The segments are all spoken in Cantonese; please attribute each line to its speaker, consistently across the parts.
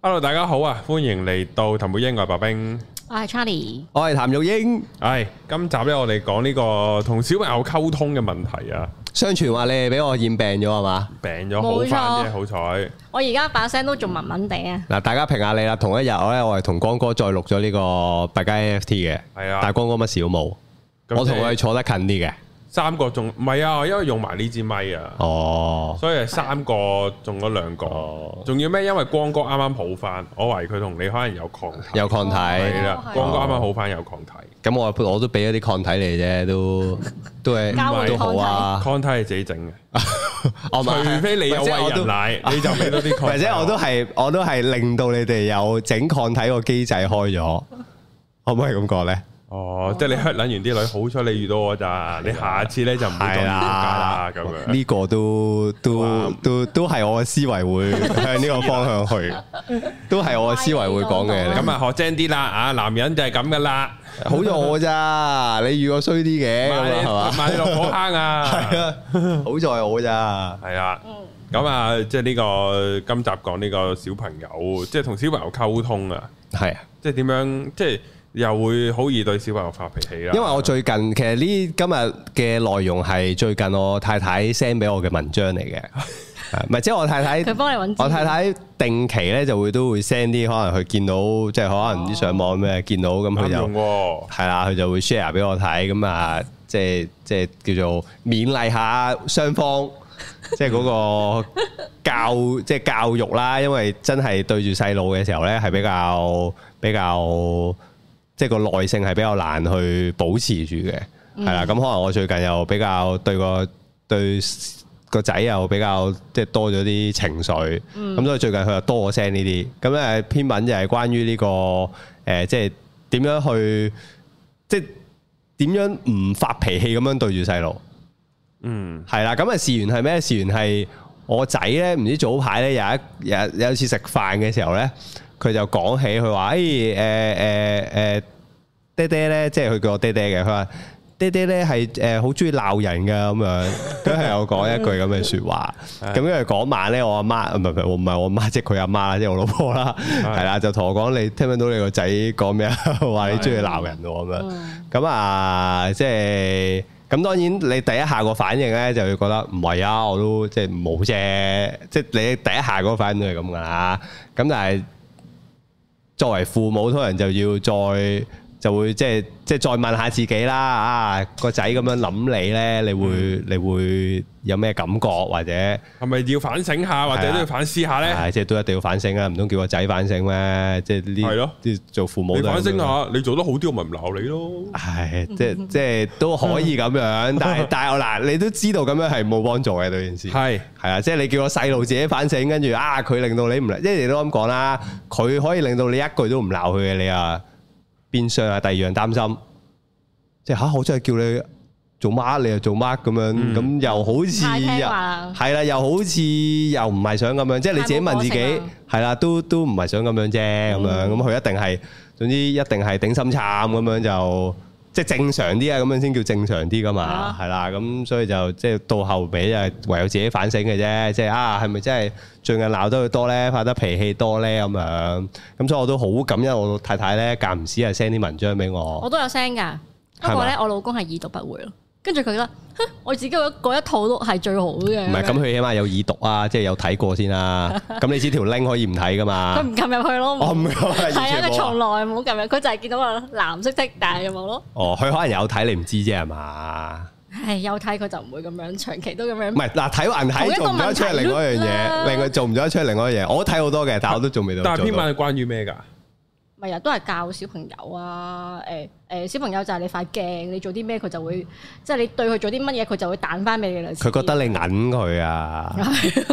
Speaker 1: Hello，大家好啊，歡迎嚟到談配英外白冰。
Speaker 2: 我係 Charlie，
Speaker 3: 我係譚玉英，
Speaker 1: 唉，今集咧我哋講呢個同小朋友溝通嘅問題啊，
Speaker 3: 相傳話你係俾我染病咗係嘛？
Speaker 1: 病咗好
Speaker 2: 冇錯
Speaker 1: 翻啫，好彩。
Speaker 2: 我而家把聲都仲文文地啊，
Speaker 3: 嗱，大家評下你啦。同一日我咧，我係同光哥再錄咗呢個百佳 NFT 嘅，
Speaker 1: 係啊
Speaker 3: 但係光哥乜事都冇，
Speaker 1: 咁
Speaker 3: 我同
Speaker 1: 即係
Speaker 3: 佢坐得近啲嘅。
Speaker 1: 三個中，唔係啊，因為用埋呢支咪啊，
Speaker 3: 哦，
Speaker 1: 所以係三個中咗兩個。仲要咩？因為光哥啱啱好翻，我懷疑佢同你可能有抗體。
Speaker 3: 有抗體，
Speaker 1: 係
Speaker 2: 哦
Speaker 1: 啦，
Speaker 2: 係
Speaker 1: 光哥啱啱好翻有抗體，
Speaker 3: 咁我我都俾咗啲抗體你啫，都都係
Speaker 2: 交
Speaker 1: 換
Speaker 3: 都好啊。
Speaker 1: 抗體係自己整嘅，
Speaker 3: 我咪
Speaker 1: 除非你有
Speaker 3: 或者我
Speaker 1: 餵
Speaker 3: 都
Speaker 1: 人奶，你就俾到啲抗體。
Speaker 3: 或者我都係我都係令到你哋有整抗體個機制開咗，可唔可以咁講咧？
Speaker 1: 哦，即係你 hurt 撚完啲女，好彩你遇到我咋，你下次咧就唔會再
Speaker 3: 係
Speaker 1: 遇到啦
Speaker 3: 啦，
Speaker 1: 咁樣。
Speaker 3: 呢個都都都都係我嘅思維會向呢個方向去，都係我嘅思維會講嘅。咁
Speaker 1: 咁啊，學精啲啦，啊，男人就係咁噶啦，
Speaker 3: 好在我咋，你遇過衰啲嘅
Speaker 1: 買
Speaker 3: 咁啊，係嘛？
Speaker 1: 買你落火坑啊，
Speaker 3: 好在我咋，
Speaker 1: 係啊，咁啊，即係呢個今集講呢個小朋友，即係同小朋友溝通啊，
Speaker 3: 係啊。
Speaker 1: 即係點樣，即係又會好易對小朋友發脾氣啦。
Speaker 3: 因為我最近其實呢今日嘅內容係最近我太太 send 俾我嘅文章嚟嘅，係唔係即係我太太
Speaker 2: 佢幫你揾資料
Speaker 3: 我太太定期咧就會都會 send 啲可能佢見到即係可能唔知上網咩見到咁佢
Speaker 1: 啱
Speaker 3: 就
Speaker 1: 用。喎，
Speaker 3: 係啦，佢就會 share 俾我睇，咁啊，即係即係叫做勉勵下雙方，即係嗰個教即係教育啦。因為真係對住細路嘅時候咧，係比較比較即係個耐性係比較難去保持住嘅，係啦。咁可能我最近又比較對個對。個仔又比較即係多咗啲情緒，咁、所以最近佢又多咗聲呢啲。咁誒篇文就係關於呢、個誒、呃即係點樣去即係點樣唔發脾氣咁樣對住細路。
Speaker 1: 嗯，
Speaker 3: 係啦，咁啊事源係咩？事源係我仔咧，唔知早排咧有一有有一次食飯嘅時候咧，佢就講起佢話：，誒誒誒，爹爹咧，即係佢叫我爹爹嘅，佢話爹爹咧係誒好中意鬧人㗎咁樣，佢係有講一句咁嘅説話。咁因為嗰晚咧，我阿媽唔係唔係我唔係我阿媽，即係佢阿媽啦，即係我老婆啦，係啦，就同我講：你聽唔聽到你個仔講咩啊？ 話你中意鬧人喎咁樣。咁啊，即係咁，當然你第一下個反應咧，就會覺得唔係啊，我都即係冇啫，即係你第一下嗰個反應都係咁噶啦。咁但係作為父母，通常就要再就會即係即係再問下自己啦，啊個仔咁樣諗你咧，你會你會有咩感覺或者
Speaker 1: 係咪要反省下，或者都要反思下咧？
Speaker 3: 啊即係都一定要反省啊？唔通叫個仔反省咩？即係呢
Speaker 1: 係咯
Speaker 3: 啲做父母
Speaker 1: 你
Speaker 3: 都係咁
Speaker 1: 反省
Speaker 3: 樣
Speaker 1: 下，你做得好啲，我咪唔鬧你咯。
Speaker 3: 唉，即係即係都可以咁樣，但 係但係我嗱，你都知道咁樣係冇幫助嘅對件事。
Speaker 1: 係
Speaker 3: 係啊，即係你叫個細路自己反省，跟住啊，佢令到你唔，即係你都咁講啦，佢可以令到你一句都唔鬧佢嘅，你啊變相啊第二樣擔心，即係吓、啊我真係叫你做乜，你又做乜咁樣，咁、又好似
Speaker 2: 太聽
Speaker 3: 又
Speaker 2: 話啦
Speaker 3: 係啦，又好似又唔係想咁樣，即係你自己問自
Speaker 2: 太冇
Speaker 3: 己
Speaker 2: 個性啦嗯
Speaker 3: 係啦，都都唔係想咁樣啫，咁樣咁佢一定係，總之一定係頂心杉咁樣就。即係正常啲啊，咁樣先叫正常啲噶嘛
Speaker 2: 啊，
Speaker 3: 係啦，咁所以就即係到後尾就唯有自己反省嘅啫，即係啊，係咪真係最近鬧得佢多咧，發得脾氣多咧咁樣，咁所以我都好感恩我太太咧，間唔時係 send 啲文章俾
Speaker 2: 我
Speaker 3: 我，
Speaker 2: 都有聲噶，不
Speaker 3: 係
Speaker 2: 過
Speaker 3: 嘛
Speaker 2: 咧我老公係已讀不回咯，跟住佢覺得哼我自己嗰嗰一套都係最好嘅，
Speaker 3: 唔係咁，佢起碼有耳讀啊，即係有睇過 先啦，咁你知條 link 可以唔睇噶
Speaker 2: 佢
Speaker 3: 嘛？
Speaker 2: 唔撳入去咯，
Speaker 3: 啊哦我唔係
Speaker 2: 係啊，佢從
Speaker 3: 冇啊。
Speaker 2: 來冇撳入，佢就係見到個藍色的，但係就冇咯。
Speaker 3: 哦，佢可能有睇你唔知啫係嘛？
Speaker 2: 唉，有睇佢就唔會咁樣，長期都咁樣
Speaker 3: 唔。係嗱，睇
Speaker 2: 同
Speaker 3: 還
Speaker 2: 一
Speaker 3: 睇
Speaker 2: 個
Speaker 3: 做唔咗出嚟
Speaker 2: 問題
Speaker 3: 另外一樣
Speaker 2: 啦
Speaker 3: 嘢，另外做唔咗出嚟另外一樣嘢，我都睇好多嘅，但我都仲未到做
Speaker 1: 但
Speaker 3: 到。
Speaker 1: 係篇文係關於咩㗎？
Speaker 2: 咪啊，都係教小朋友啊，誒、誒、小朋友就係你塊鏡，你做啲咩佢就會，即係你對佢做啲乜嘢佢就會彈翻俾你啦。
Speaker 3: 佢覺得你揞佢啊，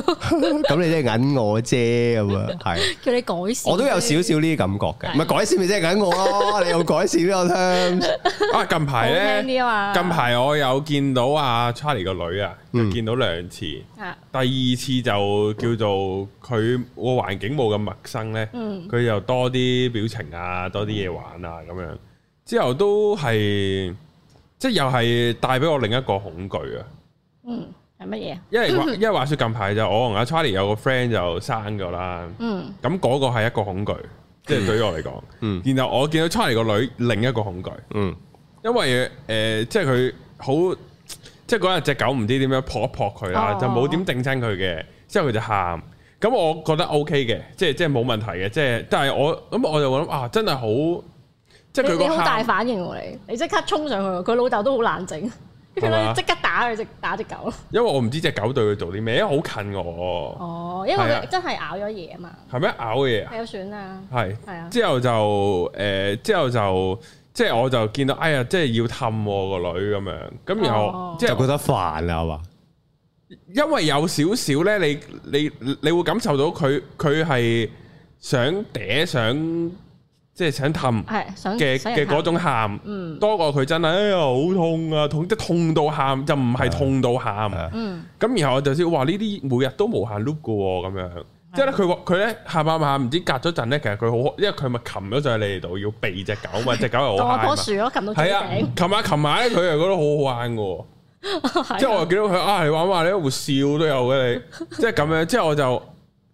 Speaker 3: 咁你即係揞我啫咁啊，係。
Speaker 2: 叫你改善，
Speaker 3: 我都有少少呢啲感覺嘅，唔係改善咪即係揞我咯，你又改善呢個 term，
Speaker 1: 啊，近排
Speaker 2: 好聽
Speaker 1: 咧
Speaker 2: 啲啊，嘛
Speaker 1: 近排我有見到阿 Charlie 個女啊，就
Speaker 3: 嗯
Speaker 1: 見到兩次，第
Speaker 2: 啊，
Speaker 1: 二次就叫做佢個環境冇咁陌生咧，
Speaker 2: 嗯
Speaker 1: 佢又多啲表情啊，多啲嘢玩啊咁樣，之後都係即係又係帶俾我另一個恐懼啊，
Speaker 2: 嗯，係乜嘢？
Speaker 1: 因為話因為話說近排就我同阿 Charlie 有個 friend 就生咗啦，
Speaker 2: 嗯，
Speaker 1: 咁嗰個係一個恐懼，即係對於我嚟講。
Speaker 3: 嗯
Speaker 1: 然後我見到 Charlie 個女另一個恐懼，
Speaker 3: 嗯，
Speaker 1: 因為誒、呃即係佢好，即係嗰日只狗唔知點樣撲一撲佢啦，
Speaker 2: 哦
Speaker 1: 就冇點定親佢嘅，之後佢就喊。咁我覺得 O K 嘅，即係即係冇問題嘅，即係但係我咁我就諗啊，真係好，即係
Speaker 2: 你
Speaker 1: 佢
Speaker 2: 你
Speaker 1: 個
Speaker 2: 好大
Speaker 1: 喊
Speaker 2: 反應喎你，你即刻衝上去喎，佢老豆都好冷靜，跟 住
Speaker 1: 係嘛
Speaker 2: 咧即刻打佢只打只狗。
Speaker 1: 因為我唔知只狗對佢做啲咩，因為好近我，
Speaker 2: 哦，因為
Speaker 1: 係啊
Speaker 2: 佢真係咬咗嘢啊嘛，
Speaker 1: 係咩咬嘅嘢啊？
Speaker 2: 係有損啊，
Speaker 1: 係。
Speaker 2: 係啊，
Speaker 1: 之後就誒、呃之後就即係我就見到，哎呀，即係要氹我個女咁樣，咁然後、
Speaker 2: 哦
Speaker 1: 即
Speaker 3: 就覺
Speaker 1: 係
Speaker 3: 得煩啦，係嘛？
Speaker 1: 因為有少少咧，你你你會感受到佢佢係想嗲想即係想氹
Speaker 2: 係想
Speaker 1: 嘅
Speaker 2: 啊想
Speaker 1: 嘅
Speaker 2: 人
Speaker 1: 嗰
Speaker 2: 喊
Speaker 1: 種喊，
Speaker 2: 嗯
Speaker 1: 多過佢真係哎呀好痛啊，痛即係痛到喊，就唔係痛到喊。
Speaker 3: 係
Speaker 2: 嗯
Speaker 1: 咁然後我就知，哇！呢啲每日都無限 loop 嘅喎，咁樣。即係咧，佢話佢咧喊喊喊，唔知隔咗陣咧，其實佢好，因為佢咪擒咗上去你哋度，要避只狗 嘛，只狗又
Speaker 2: 當
Speaker 1: 好
Speaker 2: 我
Speaker 1: 嗨嘛
Speaker 2: 棵。樹咯，撳到最
Speaker 1: 係啊，
Speaker 2: 頂，
Speaker 1: 擒下擒下咧，佢又覺得好好玩嘅喎。
Speaker 2: 係啊
Speaker 1: 即係我又見到佢啊，你玩玩你會笑都有嘅你，即係咁樣。之後我就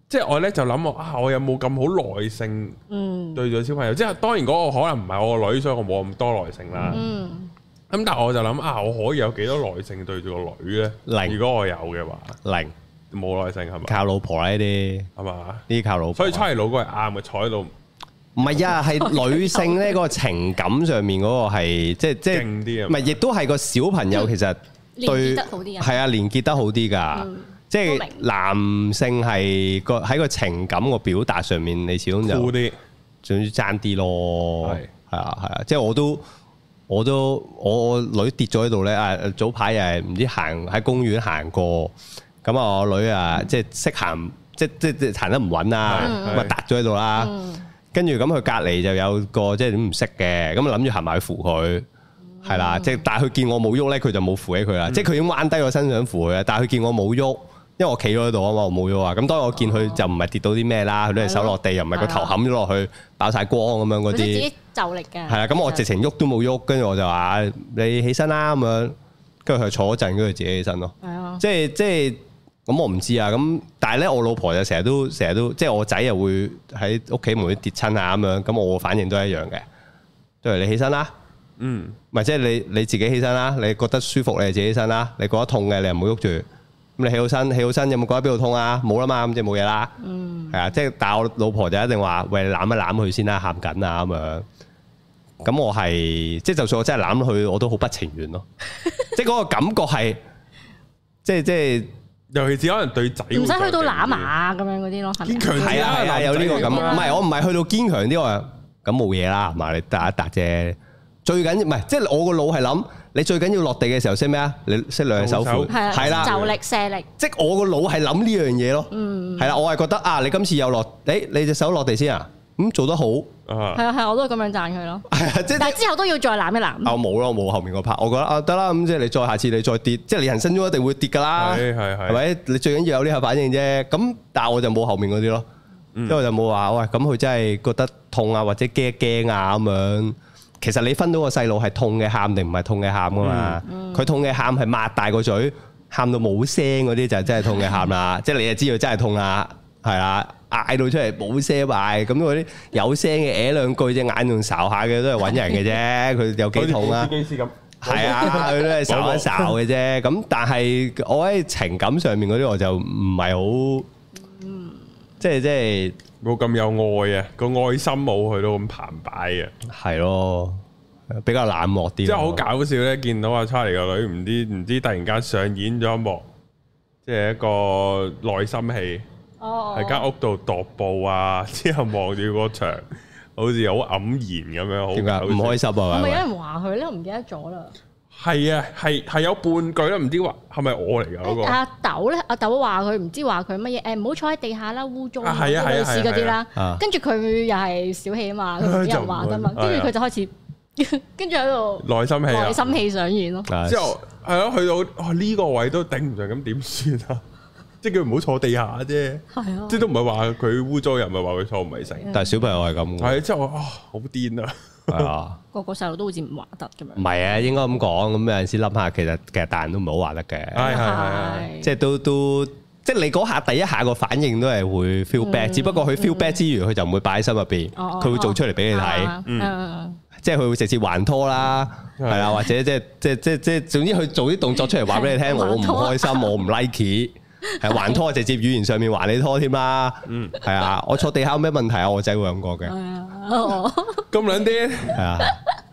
Speaker 1: 即係我咧就諗我啊，我有冇咁好耐性
Speaker 2: 嗯
Speaker 1: 對咗小朋友？即係當然嗰個可能唔係我個女，所以我冇咁多耐性啦。
Speaker 2: 嗯
Speaker 1: 咁但係我就諗啊，我可以有幾多耐性對住個女咧？
Speaker 3: 零
Speaker 1: 如果我有嘅話，
Speaker 3: 零
Speaker 1: 冇耐性係咪？
Speaker 3: 靠老婆啦呢啲，呢
Speaker 1: 係嘛？
Speaker 3: 啲靠老婆。
Speaker 1: 所以差嚟老哥係啱嘅，坐喺度
Speaker 3: 唔係 啊，係女性呢個情感上面嗰個係即係即係，
Speaker 1: 勁啲啊
Speaker 3: 唔係亦都係個小朋友其實
Speaker 2: 嗯連
Speaker 3: 對
Speaker 2: 結得好啲啊
Speaker 3: 係啊，連結得好啲㗎
Speaker 2: 嗯。
Speaker 3: 即係
Speaker 2: 都明
Speaker 3: 男性係個喺個情感個表達上面，你始終就
Speaker 1: 酷啲，
Speaker 3: 總之爭啲咯，
Speaker 1: 係
Speaker 3: 係啊係啊，即係我都我都我我女跌咗喺度咧啊！早排又係唔知行喺公園行過，咁啊我女啊即係識行，即即即行得唔穩啊，
Speaker 1: 嗯
Speaker 3: 咁啊
Speaker 1: 係
Speaker 3: 揼咗喺度啦。
Speaker 2: 嗯
Speaker 3: 跟住咁佢隔離就有個即係唔識嘅，咁諗住行埋去扶佢，係啦，即係但係佢見我冇喐咧，佢就冇扶起佢
Speaker 1: 嗯
Speaker 3: 啦，即係佢已經彎低個身想扶佢啦，但係佢見我冇喐。因為我企咗喺度啊嘛，我冇喐啊。咁當然我見佢就唔係跌到啲咩啦，佢都係手落地，又唔係個頭冚咗落去，爆晒光咁樣嗰
Speaker 2: 佢
Speaker 3: 啲。
Speaker 2: 都自己啊就力嘅，
Speaker 3: 係啊啦，咁我直情喐都冇喐，跟住我就話啊你起身啦咁樣，跟住佢坐嗰陣，跟住自己起身咯。
Speaker 2: 係啊，
Speaker 3: 即係即係咁我唔知啊，咁但係咧我老婆就成日都成日都即係我仔又會喺屋企門會跌親啊咁樣，咁我反應都係一樣嘅，都係你起身啦，
Speaker 1: 嗯，
Speaker 3: 唔係即係你你自己起身啦，你覺得舒服你就自己起身啦，你覺得痛嘅你又唔好喐住，咁你起好身起好身有冇覺得邊度痛啊？冇啦嘛，咁即係冇嘢啦。
Speaker 2: 嗯
Speaker 3: 係啊，即係但係我老婆就一定話：喂，攬一攬佢先啦，喊緊啊咁樣。咁我係即係就算我真係攬佢，我都好不情願咯。即係嗰個感覺係，即係即係
Speaker 1: 尤其是可能對仔會
Speaker 2: 唔使去到
Speaker 1: 再勁
Speaker 2: 攬
Speaker 1: 啲
Speaker 2: 牙咁樣嗰啲咯，係咪
Speaker 1: 堅強啲
Speaker 3: 係啊係啊，有呢個感覺。唔係我唔係去到堅強啲，我話咁冇嘢啦，係嘛？你打一打啫。最緊要唔係，即係我個腦係諗，你最緊要落地嘅時候識咩啊？你識兩隻手
Speaker 1: 用
Speaker 3: 扶
Speaker 1: 手
Speaker 2: 係嗯啦，
Speaker 3: 係啦，
Speaker 2: 就力卸力，
Speaker 3: 即係我個腦係諗呢樣嘢咯。係啦，我係覺得啊，你今次有落，誒，你隻手落地先啊，咁做得好。
Speaker 1: 啊
Speaker 2: 係啊係啊，我都係咁樣讚佢咯。
Speaker 3: 係啊，即係
Speaker 2: 但之後都要再攬一攬，
Speaker 3: 啊我冇咯，我冇後面嗰 part。我覺得啊得啦，咁即係你再下次你再跌，即係你人生中一定會跌㗎啦，
Speaker 1: 係係係
Speaker 3: 係咪？你最緊要有呢下反應啫。咁但係我就冇後面嗰啲咯，因為我就冇話喂，咁佢真係覺得痛啊，或者驚一驚啊咁樣。其實你分到個細路係痛嘅喊定唔係痛嘅喊㗎嘛？佢痛嘅喊係擘大個嘴，喊到冇聲嗰啲就真係痛嘅喊啦，即係你就知道真係痛啦， 係啦。嗌到出嚟冇聲埋，咁嗰啲有聲嘅誒兩句隻眼仲睄下嘅都係揾人嘅啫，佢有幾痛啊
Speaker 1: 好似？司機師咁，
Speaker 3: 係啊，佢都係睄一睄嘅啫。咁但係我喺情感上面嗰啲，我就唔係好，即係即係
Speaker 1: 冇咁有愛啊，個愛心冇去到咁澎湃嘅，
Speaker 3: 係咯，比較冷漠啲咯。啊
Speaker 1: 即係好搞笑咧！見到阿查理個女唔知唔知突然間上演咗一幕，即係一個內心戲，
Speaker 2: 哦
Speaker 1: 喺間屋度踱步啊， 之後望住個牆，好似好黯然咁樣，好
Speaker 3: 點解唔開心
Speaker 2: 係
Speaker 3: 啊？
Speaker 2: 咪
Speaker 3: 喂
Speaker 2: 有人話佢咧？我唔記得咗啦。
Speaker 1: 係啊，係係有半句啦，唔知話係咪我嚟㗎嗰個？
Speaker 2: 阿豆咧，阿豆話佢唔知話佢乜嘢，誒唔好坐喺地下啦，污糟
Speaker 1: 啊係啊係啊
Speaker 2: 類似嗰啲啦
Speaker 3: 係啊係啊。
Speaker 2: 跟住佢又係小氣啊嘛，佢唔俾人話㗎嘛，
Speaker 1: 就唔會
Speaker 2: 跟住佢就開始，跟住喺度
Speaker 1: 內心戲啊
Speaker 2: 內！心氣上演咯。
Speaker 3: 啊
Speaker 1: 之後係咯，去到啊呢個位都頂唔順，咁點算啊？ 即係叫佢唔好坐地下啫，
Speaker 2: 係啊
Speaker 1: 即，係
Speaker 2: 嗯
Speaker 1: 都唔係話佢污糟，又唔係話佢坐唔衞生。哦
Speaker 3: 但係小朋友係咁嘅，
Speaker 1: 係之後我啊，好癲啊！
Speaker 3: 係啊。
Speaker 2: 個個細路都好似唔話得咁樣
Speaker 3: 唔。係啊，應該咁講。咁有陣時諗下，其實其實大人都唔係好話得嘅，
Speaker 1: 係係係係，
Speaker 3: 即係都都即係你嗰下第一下個反應都係會 feel bad，只不過佢 feel bad 之餘，佢就唔會擺喺心入邊，
Speaker 2: 哦哦
Speaker 3: 佢會做出嚟俾你睇。
Speaker 2: 啊
Speaker 1: 嗯
Speaker 2: 啊
Speaker 3: 即係佢會直接還拖啦，
Speaker 1: 嗯
Speaker 3: 係啦，或者即係即係即係即係，總之佢做啲動作出嚟話俾你聽，
Speaker 2: 係
Speaker 3: 我唔
Speaker 2: 還拖
Speaker 3: 開心，我唔 like，係還拖直接語言上面還你拖添啦，係啊，我坐地下有咩問題啊？我仔會咁講嘅，
Speaker 2: 啊哦
Speaker 1: 咁撚癲，
Speaker 3: 係啊，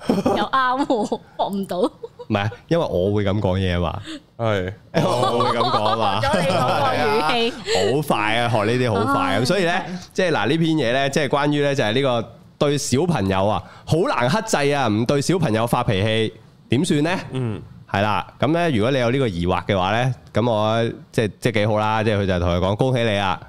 Speaker 2: 又啱喎，學唔到。
Speaker 3: 唔係，因為我會咁講嘢啊嘛，
Speaker 1: 係
Speaker 3: 哦 我會咁講啊嘛，
Speaker 2: 學咗你嗰個語氣。
Speaker 3: 好快啊，學呢啲好快啊，咁所以咧
Speaker 2: 唉，
Speaker 3: 即係嗱呢篇嘢咧，即係關於咧就係呢個對小朋友啊，好難克制啊，唔對小朋友發脾氣點算咧？
Speaker 1: 嗯
Speaker 3: 係啦，咁咧如果你有呢個疑惑嘅話咧，咁我即係即係幾好啦，即係佢就同佢講恭喜你啊，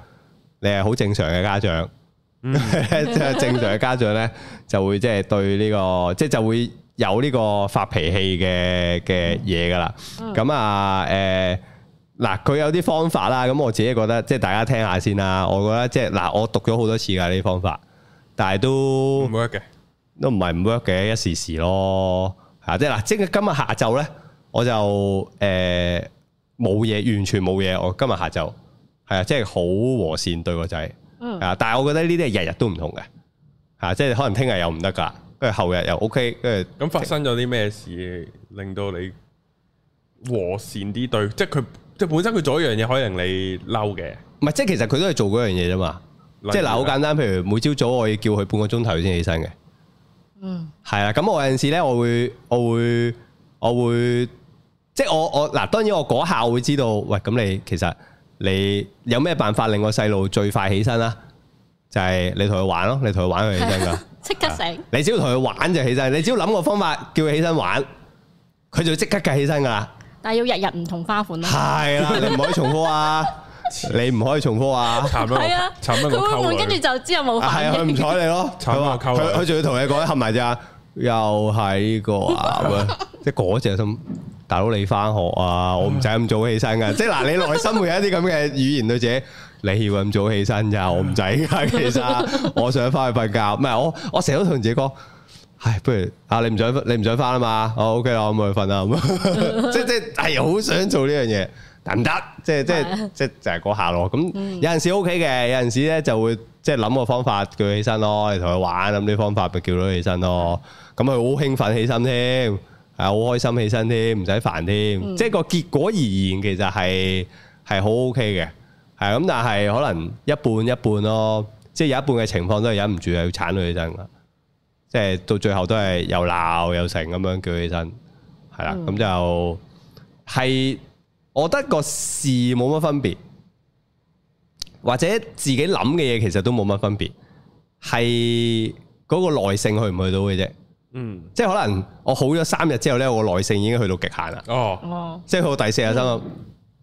Speaker 3: 你係好正常嘅家長， 即係正常嘅家長咧就會即係對呢、個即係就會有呢個發脾氣嘅嘅嘢噶啦，咁啊誒。嗱，佢有啲方法啦，咁我自己覺得，即係大家聽下先啦。我覺得即係嗱，我讀咗好多次㗎呢啲方法，但係都
Speaker 1: 唔 work 嘅，
Speaker 3: 都唔係唔 work 嘅，一時時咯嚇，即係嗱，即係今日下晝咧，我就誒冇嘢，完全冇嘢。我今日下晝係啊，即係好和善對個仔
Speaker 2: 嗯
Speaker 3: 啊，但係我覺得呢啲係日日都唔同嘅嚇，即係可能聽日又唔得㗎，跟住後日又 OK，跟住
Speaker 1: 咁發生咗啲咩事令到你和善啲對？即係佢即係本身佢做一樣嘢可以令你嬲嘅，
Speaker 3: 唔係即係其實佢都係做嗰樣嘢啫嘛，即係嗱好簡單，譬如每朝早我要叫佢半個鐘頭先起身嘅。
Speaker 2: 嗯
Speaker 3: 係啦，咁我有陣時咧，我會我會我會，即係我我嗱，當然我嗰下我會知道，喂，咁你其實你有咩辦法令個細路最快起身啦？就係你同佢玩咯，你同佢玩佢 起身噶，
Speaker 2: 即刻醒。
Speaker 3: 你只要同佢玩就起身，你只要諗個方法叫佢起身玩，佢就即刻計起身噶啦。
Speaker 2: 但係要日日唔同花款咯。
Speaker 3: 係啦，你唔可以重複啊，你唔可以重複啊。
Speaker 1: 慘啦
Speaker 2: 係啊
Speaker 1: 我，慘啦
Speaker 2: 佢會
Speaker 1: 我
Speaker 2: 換，
Speaker 1: 溝
Speaker 2: 跟住
Speaker 1: 女，
Speaker 2: 就之後冇
Speaker 3: 啊，係
Speaker 2: 反
Speaker 3: 啊，佢唔
Speaker 2: 應。
Speaker 3: 睬你咯，
Speaker 1: 慘啊
Speaker 3: 佢話
Speaker 1: 溝女
Speaker 3: 佢佢仲要同你講合埋咋，又係呢個啊，咁樣即係嗰隻心，大佬你翻學啊，我唔使咁早起身噶，即係嗱，你內心會有一啲咁嘅語言對自己。你要咁早起身咋？我唔使噶，其實我想翻去瞓覺。唔係我，我成日都同自己講，唉，不如啊，你唔想你唔想翻啊嘛？哦，OK 啦，我咪去瞓啦。 咁即即係好想做呢樣嘢，但唔得，即係即
Speaker 2: 係
Speaker 3: 係
Speaker 2: 啊嗯
Speaker 3: 即係就係嗰下咯。咁有陣時 O K 嘅，有陣時咧就會即係諗個方法叫佢起身咯，你同佢玩諗啲方法咪叫到佢起身咯。咁佢好興奮起身添，係好開心起身添，唔使煩
Speaker 2: 嗯
Speaker 3: 添。即係個結果而言，其實係係好 O K 嘅，係咁，但係可能一半一半咯。即係有一半嘅情況都係忍唔住係要鏟佢起身噶，即係到最後都係又鬧又成咁樣叫佢起身，係啦，咁、就係我覺得個事冇乜分別，或者自己諗嘅嘢其實都冇乜分別，係嗰個耐性去唔去到嘅啫。
Speaker 1: 嗯，
Speaker 3: 即係可能我好咗三日之後呢，我個耐性已經去到極限啦。
Speaker 1: 哦，
Speaker 2: 哦，
Speaker 3: 即係去到第四日心諗，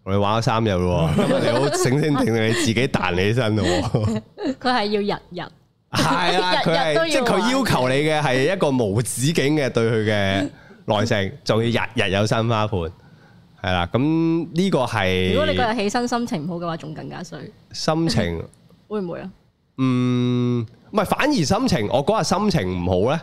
Speaker 3: 我哋玩咗三日咯喎，咁你好醒醒定定你自己彈你起身咯喎。
Speaker 2: 佢係要日日。
Speaker 3: 係啦，
Speaker 2: 日
Speaker 3: 佢
Speaker 2: 日都要
Speaker 3: 係即係佢
Speaker 2: 玩
Speaker 3: 要求你嘅係一個無止境嘅對佢
Speaker 2: 嗯
Speaker 3: 嘅耐性，仲要日日有新花盤，係啦。咁呢個
Speaker 2: 如果你嗰日
Speaker 3: 係
Speaker 2: 起身心情唔好嘅話，仲更加衰，
Speaker 3: 心情，
Speaker 2: 會唔會啊？
Speaker 3: 嗯，唔係反而心情，我嗰日心情唔好咧，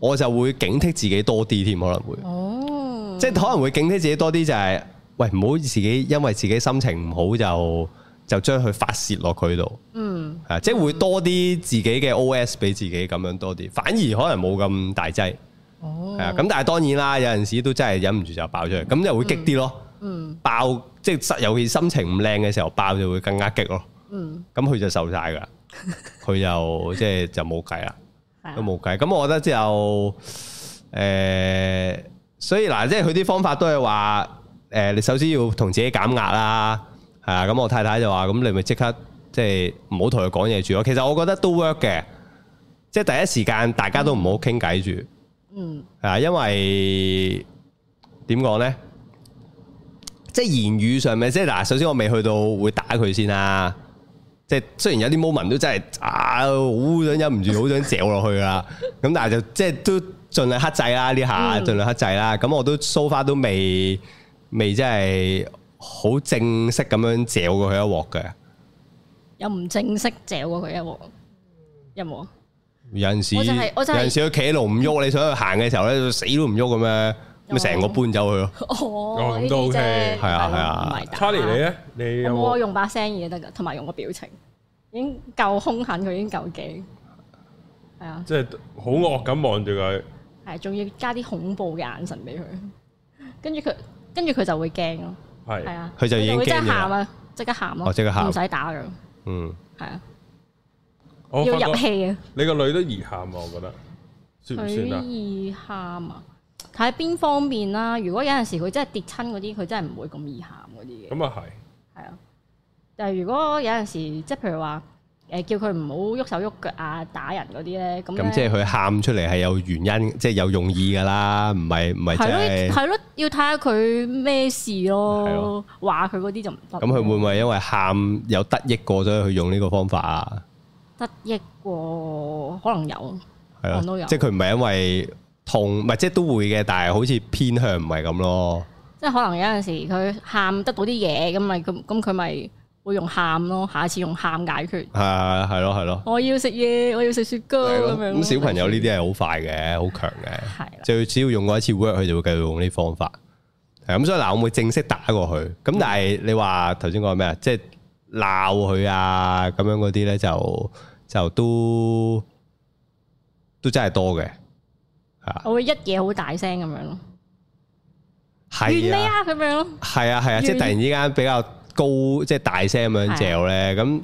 Speaker 3: 我就會警惕自己多啲添，可能會，
Speaker 2: 哦，
Speaker 3: 即係可能會警惕自己多啲就係，喂，唔好自己因為自己心情唔好就就將佢發泄落佢度。
Speaker 2: 嗯，
Speaker 3: 啊，即係會多啲自己嘅 OS 俾自己咁樣多啲，反而可能冇咁大劑。
Speaker 2: 哦，
Speaker 3: 係啊，咁但係當然啦，有陣時都真係忍唔住就爆出嚟，咁就會激啲咯。
Speaker 2: 嗯
Speaker 3: 爆即係尤其心情唔靚嘅時候爆就會更加激咯。
Speaker 2: 嗯，
Speaker 3: 咁佢就受晒㗎啦，佢就即係就冇計啦，
Speaker 2: 係
Speaker 3: 都
Speaker 2: 啊
Speaker 3: 冇計。咁我覺得之後誒、所以嗱，即係佢啲方法都係話誒，你首先要同自己減壓啦，係啊。咁我太太就話：咁你咪即刻即係唔好同佢講嘢住咯。其實我覺得都 work 嘅，即係第一時間大家都唔好傾偈住。
Speaker 2: 嗯
Speaker 3: 啊，因為點講呢？即係言語上面，即係嗱，首先我未去到會打佢先啦。即係雖然有啲 moment 都真係啊，好想忍唔住，好想嚼落去啦。咁但係就即係都盡量克制啦，呢下
Speaker 2: 嗯
Speaker 3: 盡量克制啦。咁我都 so far 都未未真係好正式咁樣嚼過佢一鑊嘅。
Speaker 2: 又唔正式嚼過佢一鑊，有冇啊？
Speaker 3: 有陣時，
Speaker 2: 我就係我就係
Speaker 3: 有陣時佢企喺度唔喐，你想佢行嘅時候咧，佢死都唔喐咁樣，咁咪成個搬走佢咯。
Speaker 2: 哦，
Speaker 1: 咁
Speaker 2: 呢
Speaker 1: 都
Speaker 2: 啲
Speaker 1: OK
Speaker 2: 啫，
Speaker 3: 係啊係啊
Speaker 2: 唔係打
Speaker 1: Charlie 你咧，你有
Speaker 2: 我
Speaker 1: 冇？
Speaker 2: 用把聲嘢得㗎，同埋用個表情，已經夠兇狠，佢已經夠勁。係啊，
Speaker 1: 即係好惡咁望住佢，
Speaker 2: 係，仲要加啲恐怖嘅眼神俾佢，跟住佢，跟住佢就會驚咯。係
Speaker 1: 係
Speaker 2: 啊，
Speaker 3: 佢就已經
Speaker 2: 會即刻
Speaker 3: 驚咗啦
Speaker 2: 喊啊，即刻喊咯，
Speaker 3: 哦即刻喊
Speaker 2: 唔使打㗎，
Speaker 3: 嗯，
Speaker 2: 係啊，
Speaker 1: 我
Speaker 2: 要
Speaker 1: 發
Speaker 2: 入
Speaker 1: 覺
Speaker 2: 戲啊。
Speaker 1: 你個女都易喊啊，我覺得算唔算
Speaker 2: 佢
Speaker 1: 啊？
Speaker 2: 易喊啊，睇邊方面啦。如果有陣時佢真係跌親嗰啲，佢真係唔會咁易喊嗰啲嘅，
Speaker 1: 咁啊係。
Speaker 2: 係啊。但係如果有陣時，即係譬如話誒、叫佢唔好喐手喐腳啊，打人嗰啲咧，咁
Speaker 3: 咁即係佢喊出嚟係有原因，即係有用意㗎啦，唔係唔係
Speaker 2: 係
Speaker 3: 真
Speaker 2: 咯
Speaker 3: 係。
Speaker 2: 係咯，要睇下佢咩事
Speaker 3: 係
Speaker 2: 咯
Speaker 3: 咯。
Speaker 2: 話佢嗰啲就唔得。
Speaker 3: 咁佢會唔會因為喊有得益過咗去用呢個方法啊？
Speaker 2: 得益過？可能有，
Speaker 3: 係
Speaker 2: 哦我都有
Speaker 3: 啊，即係佢唔係因為痛，唔係即係都會嘅，但係好似偏向唔係咁咯。
Speaker 2: 即係可能有陣時佢喊得到啲嘢，咁咪咁咁佢咪會用喊咯，下次用喊解決。
Speaker 3: 係啊係咯係咯。
Speaker 2: 我要食嘢，我要食雪糕
Speaker 3: 係
Speaker 2: 咁
Speaker 3: 咯
Speaker 2: 樣。
Speaker 3: 咁小朋友呢啲係好快嘅，好強嘅。
Speaker 2: 係啦，
Speaker 3: 最只要用過一次 work，佢就會繼續用呢啲方法。係咁，所以嗱，我會正式打過佢。咁但係你話頭先講咩啊？即係鬧佢啊，咁樣嗰啲咧就就都都真係多嘅。啊，
Speaker 2: 我會一嘢好大聲咁樣咯，完
Speaker 3: 係
Speaker 2: 未
Speaker 3: 啊，
Speaker 2: 啊咁樣咯，
Speaker 3: 係啊，係啊，即係突然之間比較高，即係大聲咁樣嚼咧。咁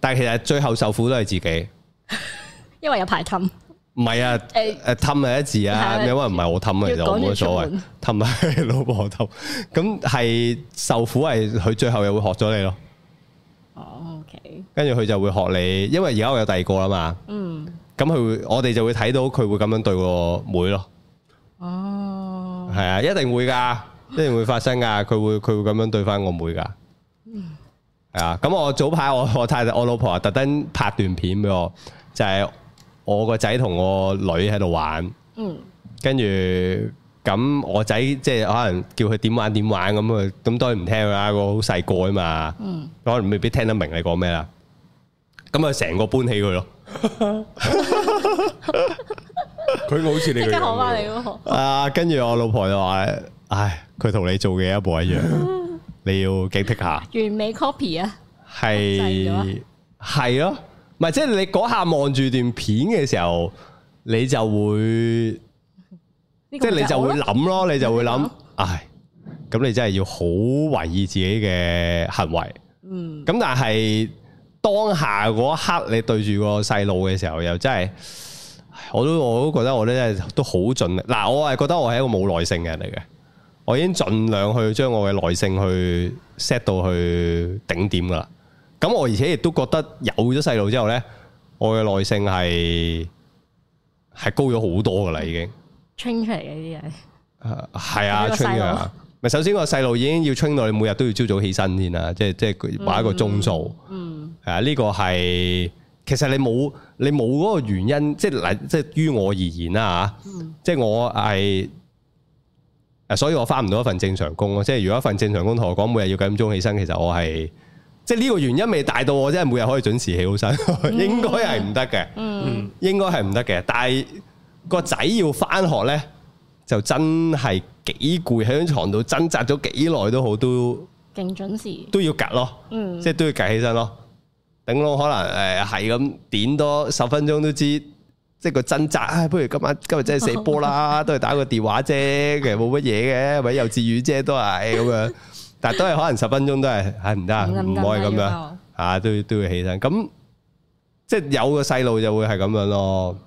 Speaker 3: 但係其實最後受苦都係自己。
Speaker 2: 因為有排氹，
Speaker 3: 唔係啊，
Speaker 2: 誒
Speaker 3: 誒氹係一字啊，
Speaker 2: 係
Speaker 3: 因為唔係我氹啊，其實我冇乜所
Speaker 2: 要趕住出
Speaker 3: 謂
Speaker 2: 門，
Speaker 3: 氹係 老婆氹，咁係受苦係佢最後又會學咗你咯，
Speaker 2: 哦，OK，
Speaker 3: 跟住佢就會學你，因為而家我有第二個啦嘛，
Speaker 2: 嗯，
Speaker 3: 咁佢會我哋就會睇到佢會咁樣對個妹咯，
Speaker 2: 哦，
Speaker 3: 係啊，一定會㗎，一定會發生㗎，佢會佢會咁樣對翻我妹㗎，
Speaker 2: 嗯
Speaker 3: 係啊，咁我早排我我太太我老婆啊特登拍段片俾我，就係我個仔同我女喺度玩。
Speaker 2: 嗯，
Speaker 3: 跟住咁我仔即係可能叫佢點玩點玩咁啊，咁當然唔聽佢啦，個好細個啊嘛，
Speaker 2: 嗯
Speaker 3: 可能未必聽得明你講咩啦。咁啊，成個搬起佢咯，
Speaker 1: 佢好似你
Speaker 2: 即
Speaker 1: 個
Speaker 2: 刻
Speaker 1: 樣
Speaker 2: 學翻你
Speaker 1: 喎，
Speaker 2: 喎，
Speaker 3: 啊，跟住我老婆就話：，唉，佢同你做嘅一模 一樣，你要警惕下，
Speaker 2: 完美 copy 啊，制咗啊
Speaker 3: 係係咯，唔係即係你嗰下望住段片嘅時候，你就會。
Speaker 2: 呢
Speaker 3: 即
Speaker 2: 個
Speaker 3: 係
Speaker 2: 咪
Speaker 3: 你就會
Speaker 2: 我咯，
Speaker 3: 諗咯，你就會
Speaker 2: 你
Speaker 3: 諗
Speaker 2: 諗，
Speaker 3: 唉，咁你真係要好懷疑自己嘅行為。
Speaker 2: 嗯，
Speaker 3: 咁但係當下嗰一刻，你對住個細路嘅時候，又真係，唉我都我都覺得我咧真係都好盡力。嗱，我係覺得我係一個冇耐性嘅人嚟嘅，我已經盡量去將我嘅耐性去 set 到去頂點噶啦。咁我而且亦都覺得有咗細路之後咧，我嘅耐性係係高咗好多噶啦，已經。
Speaker 2: train 出嚟嘅呢啲係，
Speaker 3: 誒係啊
Speaker 2: 呢個細
Speaker 3: ，train
Speaker 2: 路
Speaker 3: 啊，咪首先個細路已經要 train 到你每日都要朝早起身先啦，即係即係佢話一個鐘數，
Speaker 2: 嗯，
Speaker 3: 係啊，呢個係其實你冇你冇嗰個原因，即係嗱，即係於我而言啦嚇，即係我係誒，所以我翻唔到一份正常工咯。即係如果一份正常工同我講每日要幾點鐘起身，其實我係即係呢個原因未大到我真係每日可以準時起好身， 應該係唔得嘅。
Speaker 2: 嗯，
Speaker 3: 應該係唔得嘅，但係個仔要翻學呢，就真係幾攰，喺張床度掙扎咗幾耐都好，都
Speaker 2: 勁準時，
Speaker 3: 都要趌咯，
Speaker 2: 嗯，
Speaker 3: 即係都要趌起身咯。頂籠可能誒係咁點多十分鐘都知，即係個掙扎。唉，不如今晚今日真係死波啦，都係打個電話啫，其實冇乜嘢嘅，咪幼稚園啫，都係咁樣。但係都係可能十分鐘都係，唉唔得啊，唔可以咁樣。
Speaker 2: 樣，
Speaker 3: 啊，都要都要起身。咁即係有個細路就會係咁樣咯。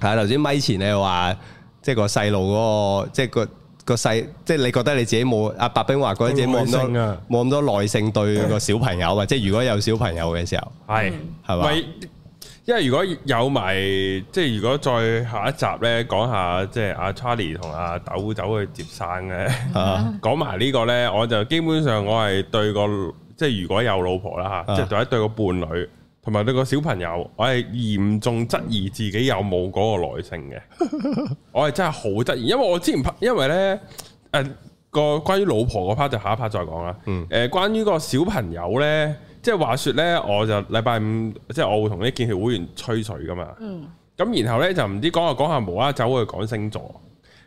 Speaker 3: 係啊，頭先咪前你話，即係個細路嗰個，即係個個細，即係你覺得你自己冇阿白冰話覺得自己冇咁
Speaker 1: 冇耐性
Speaker 3: 多
Speaker 1: 啊
Speaker 3: 冇咁多耐性對個小朋友啊，即係如果有小朋友嘅時候，
Speaker 1: 係
Speaker 3: 係嘛
Speaker 1: 咪？因為如果有埋即係如果再下一集咧，講下即係阿 Charlie 同阿豆走去接生 咧，
Speaker 3: 啊，
Speaker 1: 講埋呢個咧，我就基本上我係對個即係如果有老婆啦嚇，
Speaker 3: 啊
Speaker 1: 即係或者對個伴侶同埋對個小朋友，我係嚴重質疑自己有冇嗰個耐性嘅，我係真係好質疑，因為我之前拍，因為咧誒呃個關於老婆嗰 part 就下一 part 再講啦。
Speaker 3: 嗯
Speaker 1: 誒、關於個小朋友咧，即係話説咧，我就禮拜五即係我會同啲健協會員吹水噶嘛。
Speaker 2: 嗯，
Speaker 1: 咁然後咧就唔知講下講下無啦啦走去講星座。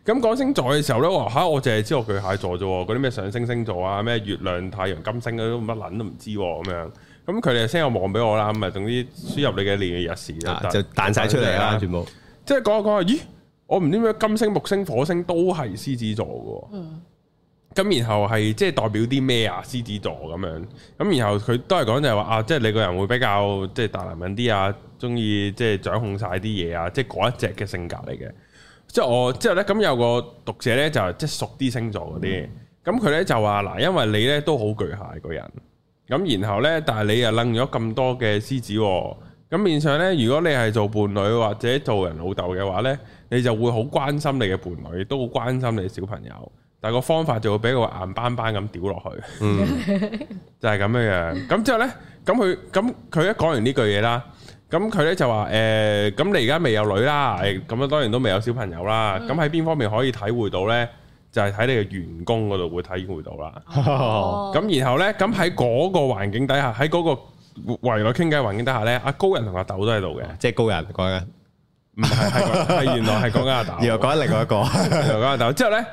Speaker 1: 咁講星座嘅時候咧，我話吓我淨係知道巨蟹座啫喎，嗰啲咩上升星座啊，咩月亮、太陽、金星嗰啲乜撚都唔知喎咁樣。咁佢哋 send 個網俾我啦，咁啊總之輸入你嘅年月日時
Speaker 3: 啊就彈晒出嚟啦，全部
Speaker 1: 即係講下講下，咦？我唔知咩金星、木星、火星都係獅子座嘅喎。
Speaker 2: 嗯
Speaker 1: 咁然後係即係代表啲咩啊？獅子座咁樣，咁然後佢都係講就係話啊，即係你個人會比較即係大男人啲啊，中意即係掌控晒啲嘢啊，即係嗰一隻嘅性格嚟嘅。即係我之後咧，咁有個讀者咧就係即係熟啲星座嗰啲，咁佢咧就話嗱，因為你咧都好巨蟹個人，咁然後咧，但係你又楞咗咁多嘅獅子喎，咁面上咧，如果你係做伴侶或者做人老豆嘅話咧，你就會好關心你嘅伴侶，都好關心你嘅小朋友，但係個方法就會俾個硬邦邦咁屌落去，就係咁樣樣。咁之後咧，咁佢咁佢一講完呢句嘢啦。咁佢咧就話誒，咁、你而家未有女啦，誒咁啊當然都未有小朋友啦。咁喺邊方面可以體會到咧？就係、喺你嘅員工嗰度會體會到啦。
Speaker 2: 哦
Speaker 1: 咁、然後咧，咁喺嗰個環境底下，喺嗰個圍內傾偈環境底下咧，阿高人同阿豆都喺度嘅，
Speaker 3: 即係高人講緊，
Speaker 1: 唔係係係 原來係講緊阿豆，
Speaker 3: 然後講緊另外一個，
Speaker 1: 原來講緊阿豆。之後咧，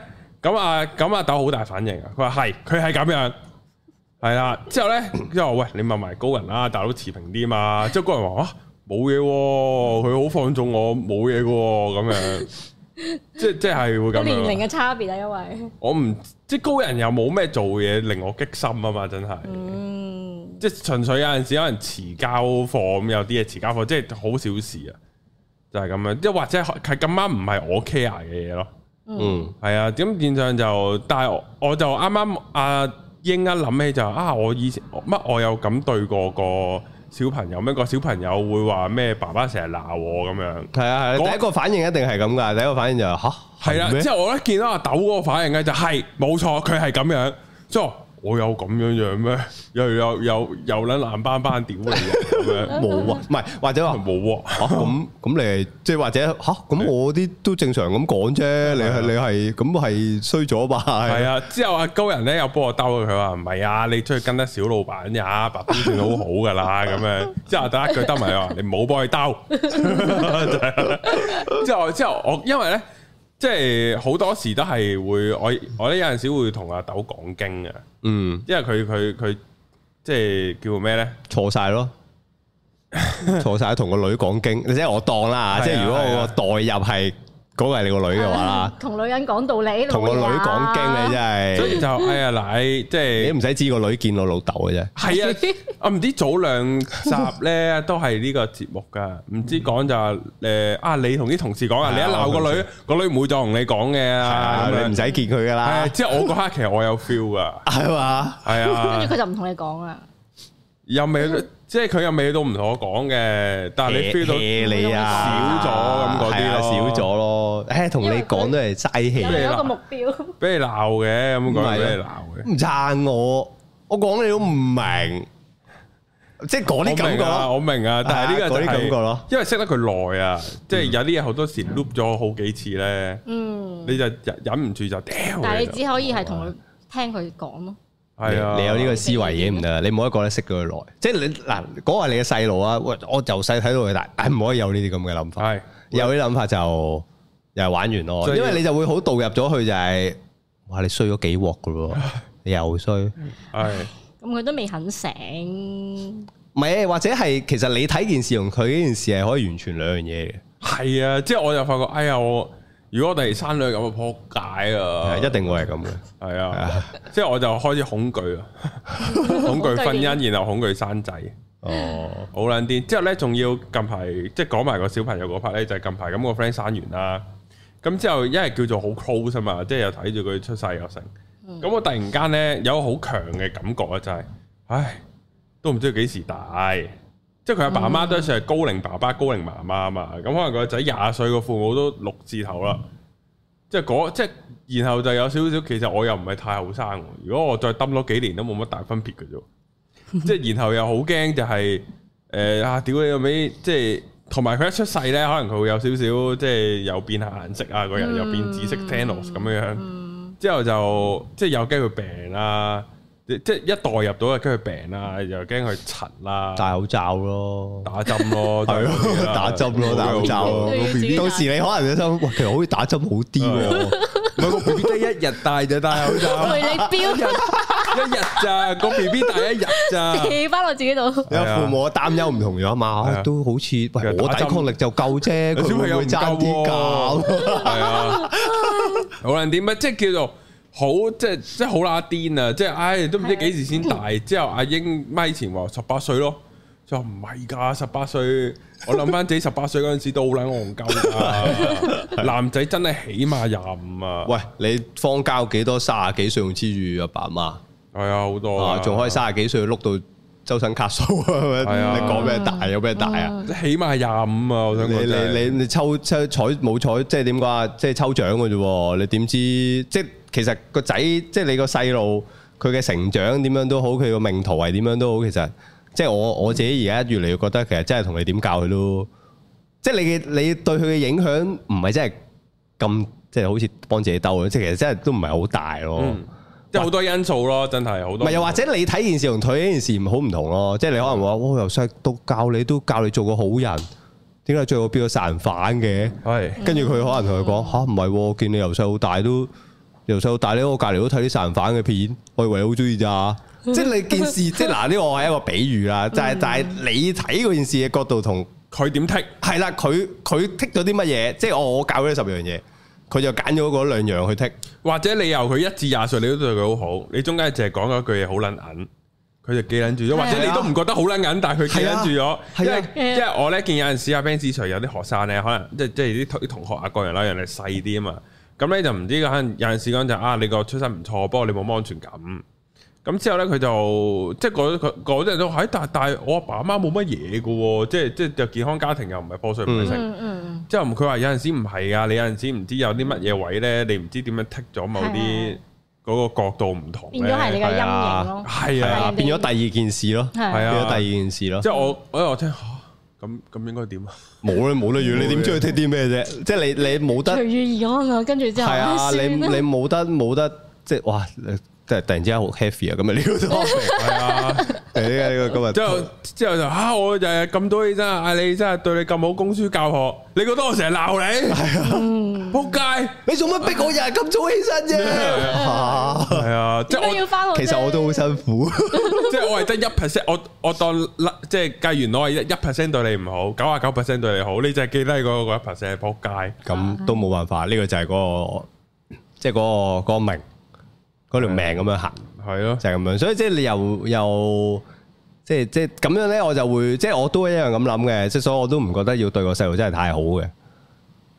Speaker 1: 咁啊咁阿豆好大反應啊，佢話係佢係咁樣。係啦，之後咧，之後喂，你問埋高人啦，大佬持平啲嘛。之後高人話啊，冇嘢喎，佢好放縱我，冇嘢嘅喎，咁樣， 即即係會
Speaker 2: 個
Speaker 1: 咁
Speaker 2: 年齡
Speaker 1: 樣。
Speaker 2: 嘅差別啊，因為
Speaker 1: 我唔即高人又冇咩做嘢令我激心啊嘛，真係。
Speaker 2: 嗯
Speaker 1: 即係純粹有陣時可能遲交貨咁，有啲嘢遲交貨，即係好小事啊，就係、咁樣，即係或者係咁啱唔係我 care 嘅嘢咯，
Speaker 3: 嗯，
Speaker 1: 係啊，咁變相就，但係我我就啱啱阿英一諗起就啊，我以前乜我有咁對過個小朋友咩？個小朋友會話咩爸爸成日鬧我咁樣。
Speaker 3: 係啊係啊，
Speaker 1: 嗰
Speaker 3: 第一個反應一定係咁噶，第一個反應就係吓，
Speaker 1: 係啦，
Speaker 3: 咩
Speaker 1: 之後我一見到阿豆嗰個反應咧，就係冇錯，佢係咁樣。之後我有咁樣樣咩？又又又又撚爛斑斑屌你啊咁 樣，
Speaker 3: 冇啊，唔係或者話。
Speaker 1: 冇喎。
Speaker 3: 吓咁咁你係即係或者吓咁我啲都正常咁講啫，你係你係咁係衰咗吧？
Speaker 1: 系
Speaker 3: 係
Speaker 1: 啊，之後阿高人咧又幫我兜佢，佢話唔係啊，你出去跟得小老闆呀，白兵算好好噶啦， 咁樣。之後第一句兜埋佢話，你唔好幫佢兜。就係啦 之後之後我因為咧，即係好多時都係會我我咧有陣時會同阿豆講經啊，
Speaker 3: 嗯
Speaker 1: 因為佢佢佢即係叫咩 咧？
Speaker 3: 錯晒 咯，錯晒同個女講經，即係我當啦
Speaker 1: 係啊
Speaker 3: 即係如果
Speaker 1: 係
Speaker 3: 我
Speaker 1: 啊
Speaker 3: 個代入係嗰個係你個女嘅話啦，
Speaker 2: 同女人講道理，
Speaker 3: 同個女講經 你真
Speaker 1: 所以
Speaker 3: 係，
Speaker 1: 就哎呀奶，即
Speaker 3: 你
Speaker 1: 係
Speaker 3: 都唔使知個女見我老豆嘅啫。
Speaker 1: 係啊，我唔知早兩集咧都係呢個節目噶，唔知講就係誒啊，你同啲同事講啊，
Speaker 3: 係
Speaker 1: 你一
Speaker 3: 啊
Speaker 1: 鬧個
Speaker 3: 我
Speaker 1: 女，個女唔會再同你講嘅
Speaker 3: 係
Speaker 1: 啊
Speaker 3: 啊，，
Speaker 1: 咁樣
Speaker 3: 你唔使見佢噶
Speaker 1: 係啊
Speaker 3: 啦，
Speaker 1: 即係我嗰刻其實我有 feel 噶，
Speaker 3: 係嘛？
Speaker 1: 係
Speaker 2: 跟住
Speaker 1: 啊，
Speaker 2: 佢就唔同你講啦。
Speaker 1: 又未即係佢又未到唔同我講嘅，但係你 feel 到
Speaker 3: hea 你啊，
Speaker 1: 少咗咁嗰啲
Speaker 3: 係啊
Speaker 1: 咯
Speaker 3: 少咗咯。誒，同你講都係嘥氣
Speaker 2: 有
Speaker 1: 為佢
Speaker 2: 有一個目標，
Speaker 1: 俾你鬧嘅，咁
Speaker 3: 唔係
Speaker 1: 講
Speaker 3: 啊
Speaker 1: 俾你鬧嘅。
Speaker 3: 唔撐我，我講你都唔明，即係嗰啲感覺咯。
Speaker 1: 我明啊，但係呢個
Speaker 3: 係啊
Speaker 1: 就
Speaker 3: 嗰啲
Speaker 1: 係
Speaker 3: 感覺咯
Speaker 1: 因為識得佢耐啊，即係有啲嘢好多時 loop 咗好幾次咧，
Speaker 2: 嗯，
Speaker 1: 你就忍忍唔住就屌你就。
Speaker 2: 但係你只可以係同佢聽佢講咯。
Speaker 1: 係啊，
Speaker 3: 你你有呢個思維嘢唔得，你唔可以覺得識咗佢耐。即係你嗱，嗰個係你嘅細路啊，喂，我由細睇到佢大，唉，唔可以有呢啲咁嘅諗法。
Speaker 1: 係
Speaker 3: 有啲諗法就又係玩完咯，
Speaker 1: 所以
Speaker 3: 因為你就會好導入咗去就係，哇！你衰咗幾鑊 噶咯，你又衰。
Speaker 1: 係
Speaker 2: 咁佢都未肯醒，
Speaker 3: 唔係，或者係其實你睇件事同佢呢件事係可以完全兩樣嘢嘅，
Speaker 1: 係啊，即係我就發覺，哎呀，我如果我第生女咁啊，撲街啊，
Speaker 3: 係一定會係咁嘅。
Speaker 1: 係啊，即係我就開始恐 懼啊，恐懼婚姻，然後恐懼生仔，
Speaker 3: 哦，
Speaker 1: 好撚癲。之後咧，仲要近排即係講埋個小朋友嗰 part 咧，就係近排咁個 friend 生完啦，咁之後因為叫做好 close 啊嘛，即係又睇住佢出世又成，咁我突然間咧有好強嘅感覺啊，就係，唉，都唔知佢幾時大。即係佢阿爸媽都算係高齡爸爸、高齡媽媽啊嘛，咁可能佢個仔廿歲，個父母都六字頭啦。即係嗰即係，然後就有少少，其實我又唔係太後生喎。如果我再揼多幾年都冇乜大分別嘅啫。即係然後又好驚就係、呃啊屌你老味！即係同埋佢一出世咧，可能佢會有少少即係又變下顏色啊，個人又變紫色 Thanos 咁樣樣。之後就即係有機會病啦、即即係一代入到啊，跟住病啦，又驚佢塵啦，
Speaker 3: 戴口罩咯。
Speaker 1: 打針咯，
Speaker 3: 係
Speaker 1: 就係嗰啲
Speaker 3: 咯，
Speaker 1: 啦
Speaker 3: 打針咯，打口罩咯。
Speaker 2: 你要自己戴
Speaker 3: 到時你可能你心，哇，其實好似打針好啲喎。
Speaker 1: 唔係個 B B 得一日戴就戴口罩，
Speaker 2: 陪你標
Speaker 1: 一日咋個 B B 戴一日咋，
Speaker 2: 企翻落自己度，
Speaker 3: 有啊父母擔憂唔同樣啊嘛，
Speaker 1: 係啊
Speaker 3: 啊都好似
Speaker 1: 又
Speaker 3: 喂
Speaker 1: 打
Speaker 3: 我
Speaker 1: 針
Speaker 3: 抵抗力就夠啫，佢
Speaker 1: 小朋
Speaker 3: 會唔
Speaker 1: 友
Speaker 3: 會爭啲
Speaker 1: 教，
Speaker 3: 教？
Speaker 1: 係啊，好難點啊，即係叫做。好即係即係好啦癲啊！即係唉，都唔知幾時先大。
Speaker 3: 嗯
Speaker 1: 之後阿英咪前話十八歲咯，就話唔係㗎，十八歲。我諗 翻自己十八歲嗰陣時都好撚戇鳩㗎。男仔真係起碼廿五啊！
Speaker 3: 喂，你方交幾多卅幾歲用黐住阿爸媽
Speaker 1: 係啊，好多
Speaker 3: 啊？
Speaker 1: 啊
Speaker 3: 仲可以卅幾歲碌到周身卡數啊？係
Speaker 1: 係啊
Speaker 3: 咪你講咩大有咩大啊？
Speaker 1: 起碼廿五啊！我想
Speaker 3: 你
Speaker 1: 講真
Speaker 3: 你
Speaker 1: 係
Speaker 3: 你你抽抽彩冇彩，即係點講啊？即係抽獎嘅啫喎，你點知？即係其實個仔，即係你個細路，佢嘅成長點樣都好，佢個命途係點樣都好，其實即係我我自己而家越嚟越覺得，其實真係同你點教佢都，即係你嘅你對佢嘅影響唔係真係咁，即係好似幫自己兜咁，即係其實真係都唔係好大咯。
Speaker 1: 嗯，即係好多因素咯，真係好
Speaker 3: 唔
Speaker 1: 多。
Speaker 3: 係又或者你睇件事同佢呢件事唔好唔同咯，即係你可能話：哇，由細到教你都教你做個好人，點解最後變咗殺人犯嘅？
Speaker 1: 係
Speaker 3: 跟住佢可能同佢講吓，唔係喎，我見你由細到大都由細到大咧，我隔離都睇啲殺人犯嘅片，我以為你好中意咋。即係你件事，即係嗱呢個係一個比喻啦，但係但係你睇嗰件事嘅角度同
Speaker 1: 佢點剔？
Speaker 3: 係啦，佢佢剔咗啲乜嘢？即係我我教咗佢十樣嘢，佢就揀咗嗰兩樣去剔。
Speaker 1: 或者你由佢一至廿歲，你都對佢好好，你中間淨係講嗰句嘢好撚銀，佢就記撚住咗。
Speaker 2: 係
Speaker 1: 或
Speaker 2: 啊
Speaker 1: 者你都唔覺得好撚銀，但係佢記撚住咗。因
Speaker 3: 係
Speaker 1: 為
Speaker 3: 啊
Speaker 1: 因為我咧見有陣時阿 Ben Sir 有啲學生咧，可能即係即係啲啲同學啊各樣啦，人哋細啲啊嘛，咁咧就唔知可能有陣時講就啊你個出身唔錯，不過你冇乜安全感。咁之後咧，佢就即係嗰佢嗰啲人都係，但係但係我阿爸阿媽冇乜嘢嘅喎，即係即係就健康家庭又唔係破碎唔係成。
Speaker 2: 嗯嗯，
Speaker 1: 之後佢話有陣時唔係啊，你有陣時唔知有啲乜嘢位咧，你唔知點樣剔咗某啲
Speaker 2: 係
Speaker 1: 嗰個角度唔同咧。
Speaker 2: 變咗係你嘅陰
Speaker 3: 係啊
Speaker 2: 影咯，
Speaker 1: 係
Speaker 3: 係
Speaker 1: 啊
Speaker 3: 啊，
Speaker 2: 你
Speaker 3: 變咗第二件事咯，
Speaker 2: 係
Speaker 1: 係啊
Speaker 3: 變咗第二件事咯
Speaker 1: 即。係我我我聽嚇咁咁應該點啊？
Speaker 3: 冇啦冇啦，如你點中意剔啲咩啫？即係你你冇得
Speaker 2: 隨遇而安啊，跟住之後
Speaker 3: 係啊，你
Speaker 2: 算啦
Speaker 3: 你冇得冇得即係哇！即係突然之間好 heavy 啊！咁啊呢個 topic，
Speaker 1: 係啊，
Speaker 3: 係啊呢個今日
Speaker 1: 之後之後就嚇我就係咁多嘢真係嗌你真係對你咁好，供書教學，你覺得我成日鬧你係啊，仆街
Speaker 3: 你做乜逼我日日咁早起身啫？嚇
Speaker 1: 係啊，即
Speaker 2: 點
Speaker 1: 係
Speaker 2: 解
Speaker 1: 我
Speaker 2: 要翻學啫？
Speaker 3: 其實我都好辛 苦，
Speaker 1: 即係我係得一 percent，我我當即係計完我係一 percent 對你唔好，九啊九 percent 對你好，你就係記低嗰個一 percent 仆街。
Speaker 3: 咁都冇辦法。呢個就係嗰個即係嗰個嗰個命嗰條命咁樣行。
Speaker 1: 係咯，
Speaker 3: 就係咁樣，所以即係你又又即係即係咁樣咧，我就會即係我都一樣咁諗嘅，即係所以我都唔覺得要對個細路真係太好嘅，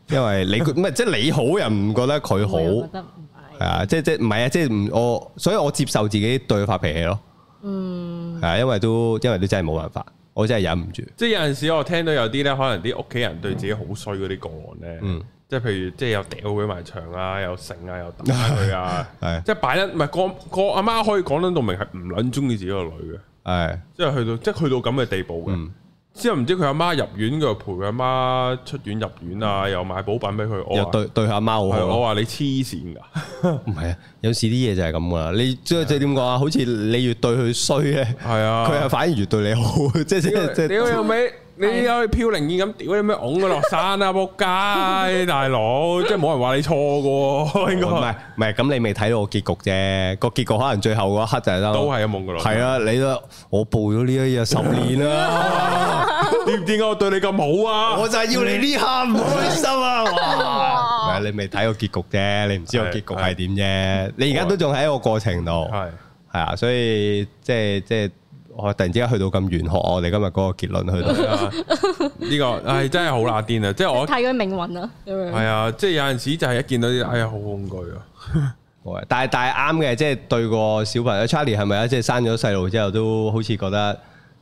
Speaker 3: 因為你 唔係即係你好又唔覺得佢好
Speaker 2: 我又覺得唔
Speaker 3: 係
Speaker 2: 係，
Speaker 3: 啊，即係即係唔係啊，即係唔我，所以我接受自己對佢發脾氣咯，
Speaker 2: 嗯，
Speaker 3: 係啊，因為都因為都真係冇辦法，我真係忍唔住，
Speaker 1: 即係有陣時我聽到有啲咧，可能啲屋企人對自己好衰嗰啲個案咧，
Speaker 3: 嗯
Speaker 1: 即係譬如即係又掉佢埋牆啊，又剩啊，又打佢 啊，
Speaker 3: 係
Speaker 1: 即係擺得唔係個個阿媽可以講得到明係唔撚中意自己個女嘅，
Speaker 3: 係
Speaker 1: 即係去到即係去到咁嘅地步嘅。
Speaker 3: 嗯
Speaker 1: 之後唔知佢阿媽入院，佢又陪佢阿媽出院入院啊，又買補品俾佢。我
Speaker 3: 嗯又
Speaker 1: 話
Speaker 3: 對啊對佢阿媽好好
Speaker 1: 係啊我
Speaker 3: 咯，
Speaker 1: 話你黐線㗎，
Speaker 3: 唔係啊，有時啲嘢就係咁噶啦，你即係即係點講啊？好似你越對佢衰咧，
Speaker 1: 係啊，
Speaker 3: 佢係反而越對你好， 即係即係即係
Speaker 1: 屌你老味，你好似飄零燕咁，屌你咩拱佢落山啊！仆街，大佬，即係冇人話你錯嘅喎，應該
Speaker 3: 唔係唔係，咁你未睇到個結局啫，個結局可能最後嗰一刻就係得
Speaker 1: 都係有夢嘅咯。
Speaker 3: 係，啊，你都我報咗呢一日十年啦，
Speaker 1: 點點解我對你咁好啊？
Speaker 3: 啊我就係要你呢下唔開心啊！哇唔係你未睇個結局啫，你唔知個結局係點啫，你而家都仲喺一個過程度，
Speaker 1: 係
Speaker 3: 係啊，所以即係即係我突然之間去到咁玄學，我哋今日嗰個結論去到
Speaker 1: 係啊呢個唉真係好乸癲啊！即係我
Speaker 2: 睇佢命運啊，咁樣
Speaker 1: 係啊，即係有陣時就係一見到啲哎呀好恐懼啊！
Speaker 3: 好嘅，但係但係啱嘅，即係對個小朋友 Charlie 係咪啊？即係生咗細路之後，都好似覺得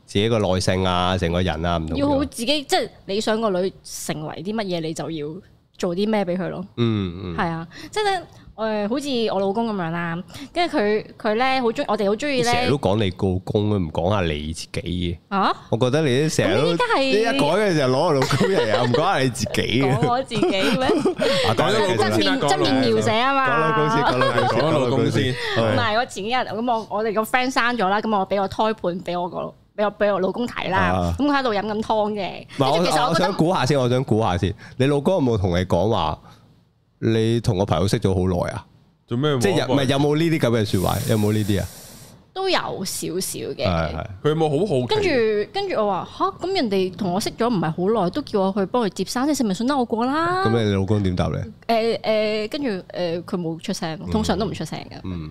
Speaker 3: 自己個耐性啊，成個人啊唔同咗。
Speaker 2: 要好自己，即係你想個女成為啲乜嘢，你就要做啲咩俾佢咯。
Speaker 3: 嗯嗯，
Speaker 2: 係啊，即係誒好似我老公咁樣啦，跟住佢佢咧好中，我哋好中意
Speaker 3: 你成
Speaker 2: 咧
Speaker 3: 日都講你老公啊，唔講下你自己嘅。
Speaker 2: 啊
Speaker 3: 我覺得你都成日都
Speaker 2: 咁呢啲梗係
Speaker 3: 你一改嘅時候攞個老公人又唔講下你自己
Speaker 2: 講
Speaker 3: 嘅。
Speaker 2: 我自己 咩？
Speaker 3: 啊
Speaker 1: 講咗老公
Speaker 2: 側
Speaker 1: 先
Speaker 2: 面
Speaker 1: 啦
Speaker 2: 側面描寫啊嘛，
Speaker 3: 講老公先，講老公先，
Speaker 1: 講老公先
Speaker 2: 唔
Speaker 3: 係
Speaker 2: 係，我前幾日咁我我哋個 friend 生咗啦，咁我俾個胎盤俾我個俾我俾我老公睇啦
Speaker 3: 啊，
Speaker 2: 咁佢喺度飲緊湯嘅。
Speaker 3: 唔係
Speaker 2: 跟住其實
Speaker 3: 我啊
Speaker 2: 我
Speaker 3: 我
Speaker 2: 覺
Speaker 3: 想
Speaker 2: 得
Speaker 3: 估下先，我想估下先。你老公有冇同你講話？你同我朋友識咗好耐啊？
Speaker 1: 做咩冇
Speaker 3: 即係有
Speaker 1: 幫
Speaker 3: 唔係有冇呢啲咁嘅说話？有冇呢啲啊？
Speaker 2: 都有少少
Speaker 3: 係
Speaker 2: 嘅。
Speaker 3: 係。
Speaker 1: 佢有冇好好奇？
Speaker 2: 跟住跟住我話吓，咁人哋同我識咗唔係好耐，都叫我去幫佢接生，你信唔信得我過啦？
Speaker 3: 咁你老公點答
Speaker 2: 嗯
Speaker 3: 你？
Speaker 2: 誒誒，跟住誒佢冇出聲，通常都唔出聲嘅。
Speaker 3: 嗯，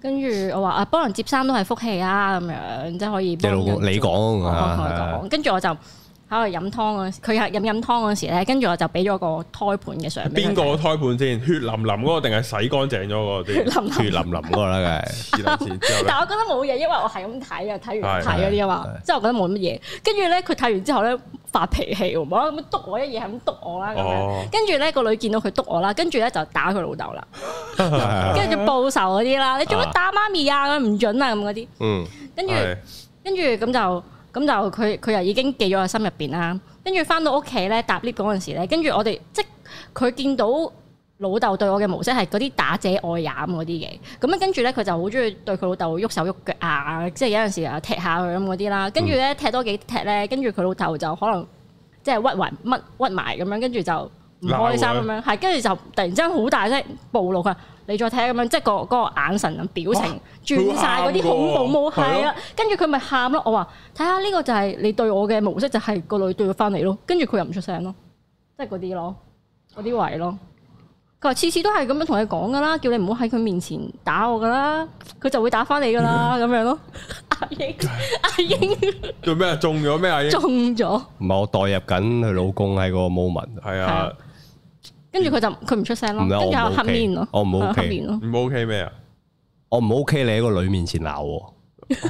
Speaker 2: 跟住我話啊，幫人接生都係福氣啊，咁樣即係可以
Speaker 3: 你
Speaker 2: 幫
Speaker 3: 老
Speaker 2: 人做。
Speaker 3: 公你講
Speaker 2: 我同佢
Speaker 3: 啊，
Speaker 2: 講，跟住我就喺度飲湯嗰陣時，佢係飲飲湯嗰時咧，跟住我就俾咗個胎盤嘅相俾佢
Speaker 1: 邊
Speaker 2: 睇。
Speaker 1: 個胎盤先？血淋淋嗰個定係洗乾淨咗嗰個先？
Speaker 2: 淋
Speaker 3: 血
Speaker 2: 淋？
Speaker 3: 淋淋嗰個啦，梗
Speaker 1: 黐
Speaker 3: 係。
Speaker 1: 撚線之後咧
Speaker 2: 但，我覺得冇嘢，因為我係咁睇啊，睇
Speaker 1: 係
Speaker 2: 完睇嗰啲啊
Speaker 3: 係
Speaker 2: 嘛，即係我覺得冇乜嘢。跟住咧，佢睇完之後咧發脾氣喎，無啦啦咁督我一嘢，係咁督我啦咁
Speaker 1: 哦
Speaker 2: 樣。跟住咧個女見到佢督我啦，跟住咧就打佢老豆啦， 跟住就報仇嗰啲啦，你做乜打媽咪啊？佢唔準啊咁嗰啲。
Speaker 3: 嗯，
Speaker 2: 跟住
Speaker 1: 係
Speaker 2: 跟住咁就咁就佢佢又已經記咗喺心入邊啦。跟住翻到屋企咧，搭 lift 嗰陣時咧，跟住我哋即係佢見到老豆對我嘅模式係嗰啲打者愛飲嗰啲嘅。咁啊樣跟住咧，佢就好中意對佢老豆喐手喐腳啊，即係有陣時啊踢下佢咁嗰啲啦。跟住咧踢多幾踢咧，跟住佢老豆就可能即係屈埋乜屈埋咁樣，跟住就。唔開心咁樣，係跟住就突然之間好大聲暴露佢，你再睇下咁樣，即係個嗰個眼神啊表情
Speaker 1: 哇
Speaker 2: 轉晒嗰啲恐怖模
Speaker 1: 佢會喊㗎喎
Speaker 2: 係啊，跟住佢咪喊咯。我話睇下呢個就係你對我嘅模式，就係個女對佢翻嚟咯。跟住佢又唔出聲咯，即係嗰啲咯，嗰啲位咯。佢話次次都係咁樣同你講噶啦，叫你唔好喺佢面前打我噶啦，佢就會打翻你噶 啦，咁樣咯。阿英，阿英
Speaker 1: 做咩啊？中咗咩啊？已經
Speaker 2: 中咗，
Speaker 3: 唔係我代入緊佢老公喺個 moment，
Speaker 1: 係
Speaker 2: 係
Speaker 1: 啊
Speaker 2: 啊，跟住佢就佢唔出聲咯，
Speaker 3: 唔係
Speaker 2: 嗯跟住
Speaker 3: 我
Speaker 2: 又
Speaker 3: 唔
Speaker 2: 黑
Speaker 3: OK，
Speaker 2: 面咯，
Speaker 3: 我唔
Speaker 2: 係
Speaker 3: OK
Speaker 2: 黑面咯。
Speaker 1: 唔 OK 咩 啊？
Speaker 3: 我唔 OK 你喺個女面前鬧喎，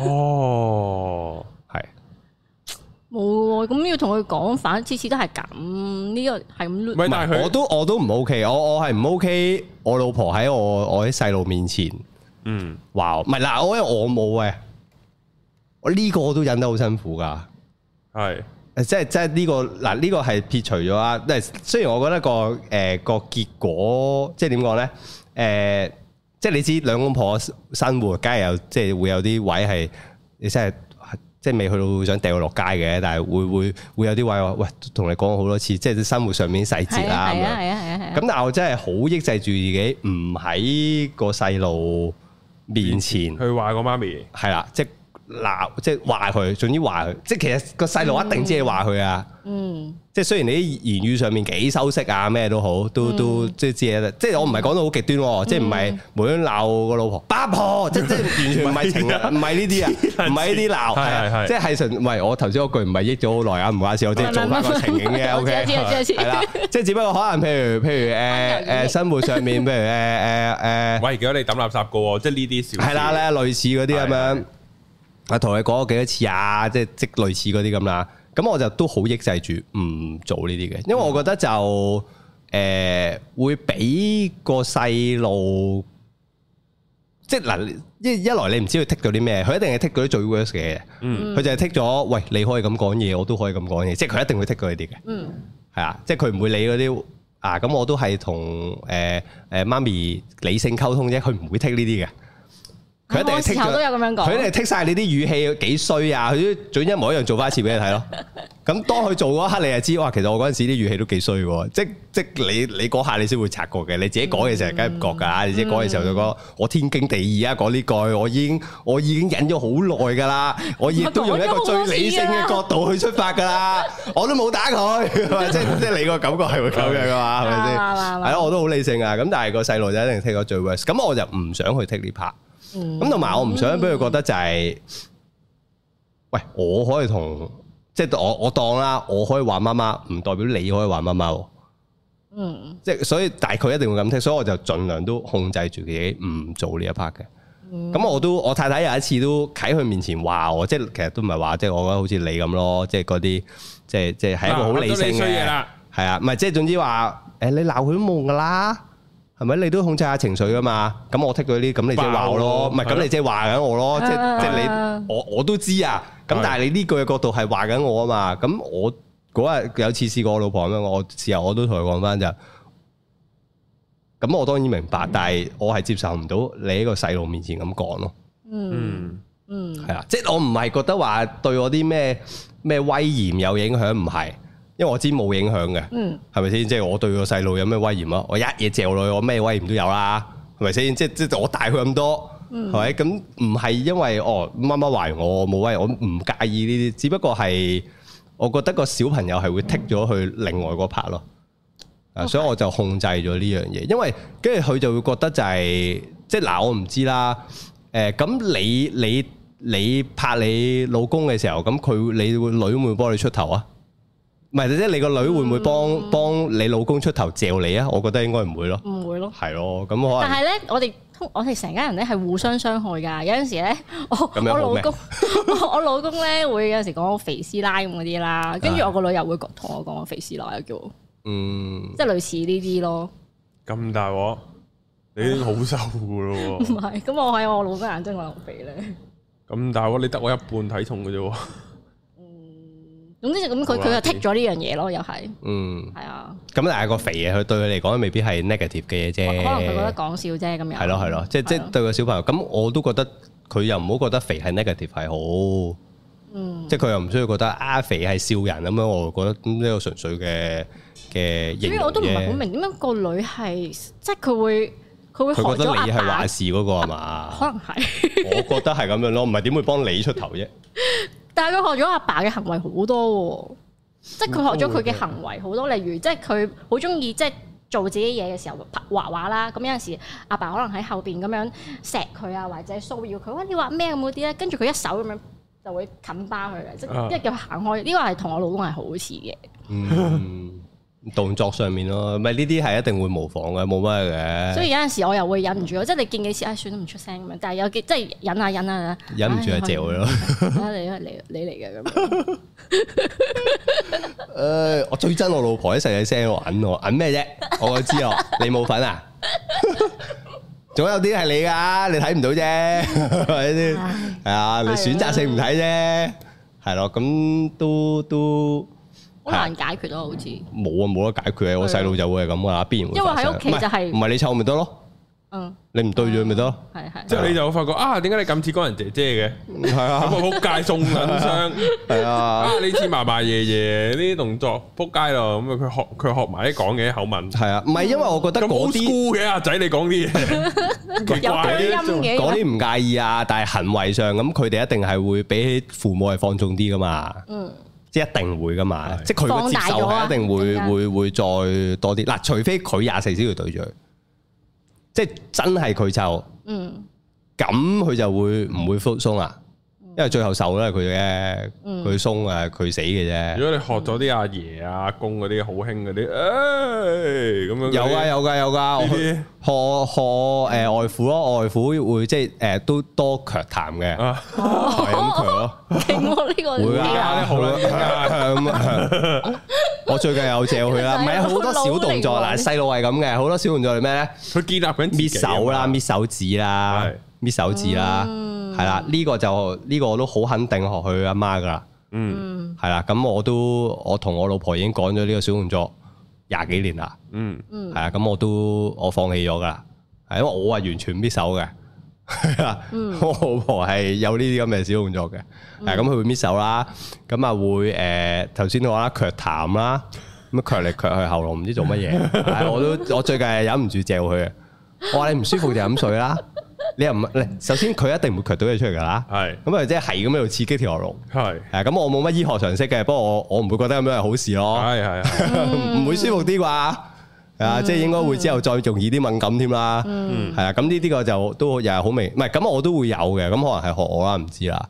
Speaker 1: 哦，
Speaker 3: 係
Speaker 2: 冇喎，咁要同佢講，反正次次都係咁，呢個係咁
Speaker 1: 唔
Speaker 2: loop。
Speaker 1: 係，但係佢
Speaker 3: 我都我都唔 OK，我我係唔 OK，我老婆喺我我喺細路面前
Speaker 1: 嗯，
Speaker 3: 話我，唔係嗱，我因為我冇嘅，我呢個我都忍得好辛苦㗎。
Speaker 1: 係
Speaker 3: 誒即係即係呢個嗱，呢個係撇除咗啊！即係雖然我覺得個誒、個結果即係點講咧？誒、即係你知兩公婆生活，梗係有即係會有啲位係你真係即係未去到想掉落街嘅，但係會會會有啲位話喂，同你講好多次，即係生活上面細節
Speaker 2: 係啊
Speaker 3: 啦咁
Speaker 2: 係啊
Speaker 3: 樣。
Speaker 2: 係啊係啊
Speaker 3: 咁但係我真係好抑制住自己，唔喺個細路面前。
Speaker 1: 佢話個媽 咪
Speaker 3: 係啦，即係鬧，即係話佢，總之話佢，即係其實個細路一定知你話佢啊。
Speaker 2: 嗯，
Speaker 3: 即係雖然你啲言語上面幾修飾啊，咩都好，都都即係知嘅。即係我唔係講到好極端喎，即係唔係無端鬧個老婆八婆，即即係完全唔係情啊，唔係呢啲啊，唔係呢啲鬧，
Speaker 1: 係
Speaker 3: 係
Speaker 1: 係
Speaker 3: 啊
Speaker 1: 係
Speaker 3: 即係純。唔係我頭先嗰句唔係益咗好耐啊，唔關事，我即係做翻個情景嘅。
Speaker 2: 我
Speaker 3: O
Speaker 2: 知
Speaker 3: K，
Speaker 2: 我知我知我知
Speaker 3: 係啦，即係只不過可能譬如譬如
Speaker 2: 溫
Speaker 3: 誒
Speaker 2: 柔以
Speaker 3: 誒
Speaker 2: 力
Speaker 3: 生活上面，譬如誒誒誒。
Speaker 1: 喂，而家你抌垃圾噶喎，即係呢啲小事
Speaker 3: 係啦，咧類似嗰啲咁
Speaker 1: 係
Speaker 3: 樣
Speaker 1: 係，
Speaker 3: 啊同你講過幾多次啊，即係即類似嗰啲咁啦。咁我就都好抑制住唔做呢啲嘅，因為我覺得就誒、呃、會俾個細路，即係嗱一一來你唔知佢剔咗啲咩，佢一定係剔咗啲最 worst 嘅嘢，
Speaker 1: 嗯
Speaker 3: 佢就係剔咗，喂你可以咁講嘢，我都可以咁講嘢，即係佢一定會剔咗呢啲嘅。
Speaker 2: 嗯，
Speaker 3: 係啊，即係佢唔會理嗰啲啊，咁我都係同誒誒媽咪理性溝通啫，佢唔會剔呢啲嘅。佢一定
Speaker 2: 啊
Speaker 3: 係剔
Speaker 2: 我時候都有
Speaker 3: 咗，
Speaker 2: 咁樣講
Speaker 3: 佢一定係剔晒你啲語氣幾衰啊！佢都總之一模一樣做翻一次俾你睇 咯。咁當佢做嗰一刻，你就知哇，其實我嗰陣時啲語氣都幾衰喎。即即你你嗰下你先會察覺嘅，你自己講嘅時候梗係唔覺㗎。你自己講嘅時候就講我天經地義啊，講呢句我已經我已經忍咗好耐㗎啦，我亦都用一個最理性嘅角度去出發㗎 啦，我都冇打佢， 即係即係你個感覺係會咁樣㗎嘛，係咪
Speaker 2: 啱啱啱
Speaker 3: 先？啊係咯，我都好理性啊。咁但係個細路仔一定 take 咗最 worst，咁我就唔想去 take 呢 part。咁
Speaker 2: 嗯
Speaker 3: 同埋我唔想俾佢覺得就係、喂，我可以同即係我我當啦，我可以話媽媽，唔代表你可以話媽媽喎。
Speaker 2: 嗯
Speaker 3: 即係所以，但係佢一定會咁聽，所以我就盡量都控制住自己唔做呢一 part 嘅。
Speaker 1: 嗯
Speaker 3: 咁、我都我太太有一次都喺佢面前話我，即係其實都唔係話，即係我覺得好似你咁咯，即係嗰啲即係即係係一個好理
Speaker 1: 嗱
Speaker 3: 性
Speaker 1: 乜都你衰嘢
Speaker 3: 嘅
Speaker 1: 啦，
Speaker 3: 係啊，唔係即係總之話誒、你鬧佢都冇噶啦，係咪？你都控制下情緒噶嘛？咁我剔咗呢啲，咁你即係話我咯，
Speaker 1: 爆咯
Speaker 3: 唔係
Speaker 1: 係咯
Speaker 3: 咁你即係話緊我咯，即係
Speaker 2: 啊
Speaker 3: 即係你我我都知啊。咁
Speaker 1: 係
Speaker 3: 但係你呢句嘅角度係話緊我啊嘛。咁我嗰日有次試過我老婆咁樣，我事後我都同佢講翻就，咁我當然明
Speaker 1: 嗯
Speaker 3: 白，但係我係接受唔到你喺個細路面前咁講咯。
Speaker 2: 嗯
Speaker 1: 嗯，
Speaker 2: 嗯
Speaker 3: 係啊，即係我唔係覺得話對我啲咩咩威嚴有影響，唔係，因為我知冇影響嘅。
Speaker 2: 嗯，
Speaker 3: 係咪先？即係我對個細路有咩威嚴啊？我一嘢嚼落去，我咩威嚴都有啦，係咪先？即即我大佢咁多，係咪？咁唔係因為哦媽媽話我冇威，我唔介意呢啲，只不過係我覺得個小朋友係會剔咗去另外嗰 part 咯。啊，
Speaker 2: OK
Speaker 3: 所以我就控制咗呢樣嘢，因為跟住佢就會覺得就係、即係嗱，我唔知啦。誒、咁你你你拍你老公嘅時候，咁佢你會女會唔會幫你出頭啊？唔係，即係你個女會唔會
Speaker 2: 嗯
Speaker 3: 幫幫你老公出頭嚼你啊？我覺得應該唔會咯，
Speaker 2: 唔會咯。
Speaker 3: 係咯，咁可
Speaker 2: 但
Speaker 3: 能
Speaker 2: 係咧，我哋通我哋成家人咧係互相傷害㗎。有陣時咧，我
Speaker 3: 咁
Speaker 2: 我
Speaker 3: 樣好
Speaker 2: 老
Speaker 3: 咩
Speaker 2: 公 我我老公咧會有陣時講我肥師奶咁嗰啲啦，跟住
Speaker 3: 啊
Speaker 2: 我個女又會講同我講我肥師奶，叫我
Speaker 3: 嗯
Speaker 2: 即係類似呢啲
Speaker 3: 哦
Speaker 2: 咯。
Speaker 1: 咁大鑊，你已經好瘦噶 咯
Speaker 2: 唔，係，咁我喺我老公眼中我係好肥咧。
Speaker 1: 咁大鑊，你得我一半體重嘅 啫喎，
Speaker 2: 嗯總之就咁，佢
Speaker 1: 好啦
Speaker 2: 佢就
Speaker 1: 啲
Speaker 2: 剔咗呢樣嘢咯，又係
Speaker 3: 嗯，
Speaker 2: 係啊，
Speaker 3: 咁但係個肥嘢，佢對佢嚟講未必係 negative 嘅
Speaker 2: 可
Speaker 3: 嘢啫。
Speaker 2: 能佢覺得講笑啫咁樣。
Speaker 3: 係咯係咯，即即
Speaker 2: 係咯
Speaker 3: 對個小朋友，咁我都覺得佢又唔好覺得肥係 negative 係好，
Speaker 2: 嗯
Speaker 3: 即係佢又唔需要覺得啊肥係笑人咁樣，我就覺得咁呢個純粹嘅嘅
Speaker 2: 所
Speaker 3: 形
Speaker 2: 以
Speaker 3: 容
Speaker 2: 我都唔係好
Speaker 3: 啫。
Speaker 2: 明點解個女係即係佢會佢會害
Speaker 3: 佢覺
Speaker 2: 咗
Speaker 3: 得
Speaker 2: 阿
Speaker 3: 你係
Speaker 2: 爸
Speaker 3: 話，事嗰個係 嘛？
Speaker 2: 可能係，
Speaker 3: 我覺得係咁樣咯，唔係點會幫你出頭啫？
Speaker 2: 但係佢學咗阿爸嘅行為好多喎，即係佢學咗佢嘅行為好多，例如即係佢好中意即係。做自己嘢嘅時候，拍畫畫啦，咁有陣時阿爸可能喺後邊咁樣錫佢啊，或者騷擾佢，哇你畫咩咁嗰啲咧，跟住佢一手咁樣就會冚巴佢嘅，即
Speaker 1: 啊
Speaker 2: 係一叫佢行開。呢個係同我老公係好似嘅，
Speaker 3: 嗯，動作上面咯，咪呢啲係一定會模仿嘅，冇乜嘅。
Speaker 2: 所以有陣時我又會忍唔住，即係你見幾次，唉、算都唔出聲咁樣。但係有幾即係忍下忍下忍下，
Speaker 3: 忍唔住就嚼佢咯。
Speaker 2: 唉。你啊你你嚟嘅咁樣，
Speaker 3: 誒，我最憎我老婆一細細聲我揞我，揞咩啫？我就知哦，你冇份啊？總有啲係你㗎，你睇唔到啫，係咪先？係啊，你選擇性唔睇啫，係咯，咁都都
Speaker 2: 好難解決咯，好似
Speaker 3: 冇啊，冇得解決啊！我細路就會係咁㗎啦，必然會
Speaker 2: 因為
Speaker 3: 發生。
Speaker 2: 喺屋企就係
Speaker 3: 唔係唔係你湊咪得咯？
Speaker 2: 嗯
Speaker 3: 你唔對住佢咪得咯？
Speaker 2: 係係
Speaker 1: 之後你就會發覺啊，點解你咁似嗰人姐姐嘅？
Speaker 3: 係
Speaker 1: 咁
Speaker 3: 啊，
Speaker 1: 我仆街送 緊傷
Speaker 3: 係啊。
Speaker 1: 啊！你似嫲嫲爺爺呢啲動作仆街咯，咁啊佢學佢學埋啲講嘅口吻，
Speaker 3: 係啊，唔係因為我覺得
Speaker 1: 咁 old
Speaker 3: 嗰啲
Speaker 1: school 嘅阿仔你講 啲嘢，奇
Speaker 2: 有
Speaker 1: 怪
Speaker 2: 低
Speaker 1: 嘅
Speaker 2: 音嘅，
Speaker 3: 嗰啲唔介意啊，但係行為上咁佢哋一定係會比起父母係放縱啲噶嘛，
Speaker 2: 嗯
Speaker 3: 即係一定會噶嘛，
Speaker 1: 係
Speaker 3: 即係佢嘅接受
Speaker 2: 放大咗
Speaker 3: 係
Speaker 2: 啊
Speaker 3: 一定會
Speaker 2: 更加
Speaker 3: 會會再多啲嗱，除非佢廿四小時對住佢，即係真係佢就
Speaker 2: 嗯
Speaker 3: 咁佢就會唔會鬆啊？因為最後受啦佢嘅，佢鬆啊佢死嘅啫。
Speaker 1: 如果你學咗啲阿爺啊阿公嗰啲好興嗰啲，誒咁樣嗰啲
Speaker 3: 有噶有噶有噶，我
Speaker 1: 呢啲
Speaker 3: 去學學誒外父咯，我外父會即係誒都多強談嘅，
Speaker 1: 啊，
Speaker 3: 係咁強咯。
Speaker 2: 勁喎呢個
Speaker 3: 會
Speaker 1: 你
Speaker 3: 啊，
Speaker 1: 好啦
Speaker 3: 會啊咁啊我最近有借佢 啦，唔係啊好多小動作嗱，細路係咁嘅，好多小動作係咩咧？
Speaker 1: 佢建立緊自己
Speaker 3: 搣手啦，搣手指啦
Speaker 1: 係，
Speaker 3: 搣手指啦，係啦，呢個就呢個我都好肯定學佢阿媽噶啦，
Speaker 1: 嗯
Speaker 3: 係啦，咁我都我同我老婆已經講咗呢個小動作廿幾年啦，
Speaker 1: 嗯，
Speaker 2: 嗯
Speaker 3: 係啊，咁我都我放棄咗噶啦，係因為我係完全唔搣手嘅，係啊， 我老婆係有呢啲咁嘅小動作嘅，係咁佢會搣手啦，咁啊會誒頭先我話啦，強痰啦，咁啊強嚟強去喉嚨唔知做乜嘢，係我都我最近係忍唔住嚼佢嘅，我話你唔舒服就飲水啦，你又唔你首先佢一定唔會強到嘢出嚟噶啦，
Speaker 1: 係
Speaker 3: 咁啊即係係咁喺度刺激條喉嚨，
Speaker 1: 係
Speaker 3: 係啊咁我冇乜醫學常識嘅，不過我我唔會覺得咁樣係好事咯。
Speaker 1: 係係係。
Speaker 3: 唔會舒服啲啩？啊，即係應該會之後再容易啲敏感添啦。係啊，咁呢啲個就都又係好明，唔係咁我都會有嘅。咁可能係學我啦，唔知啦。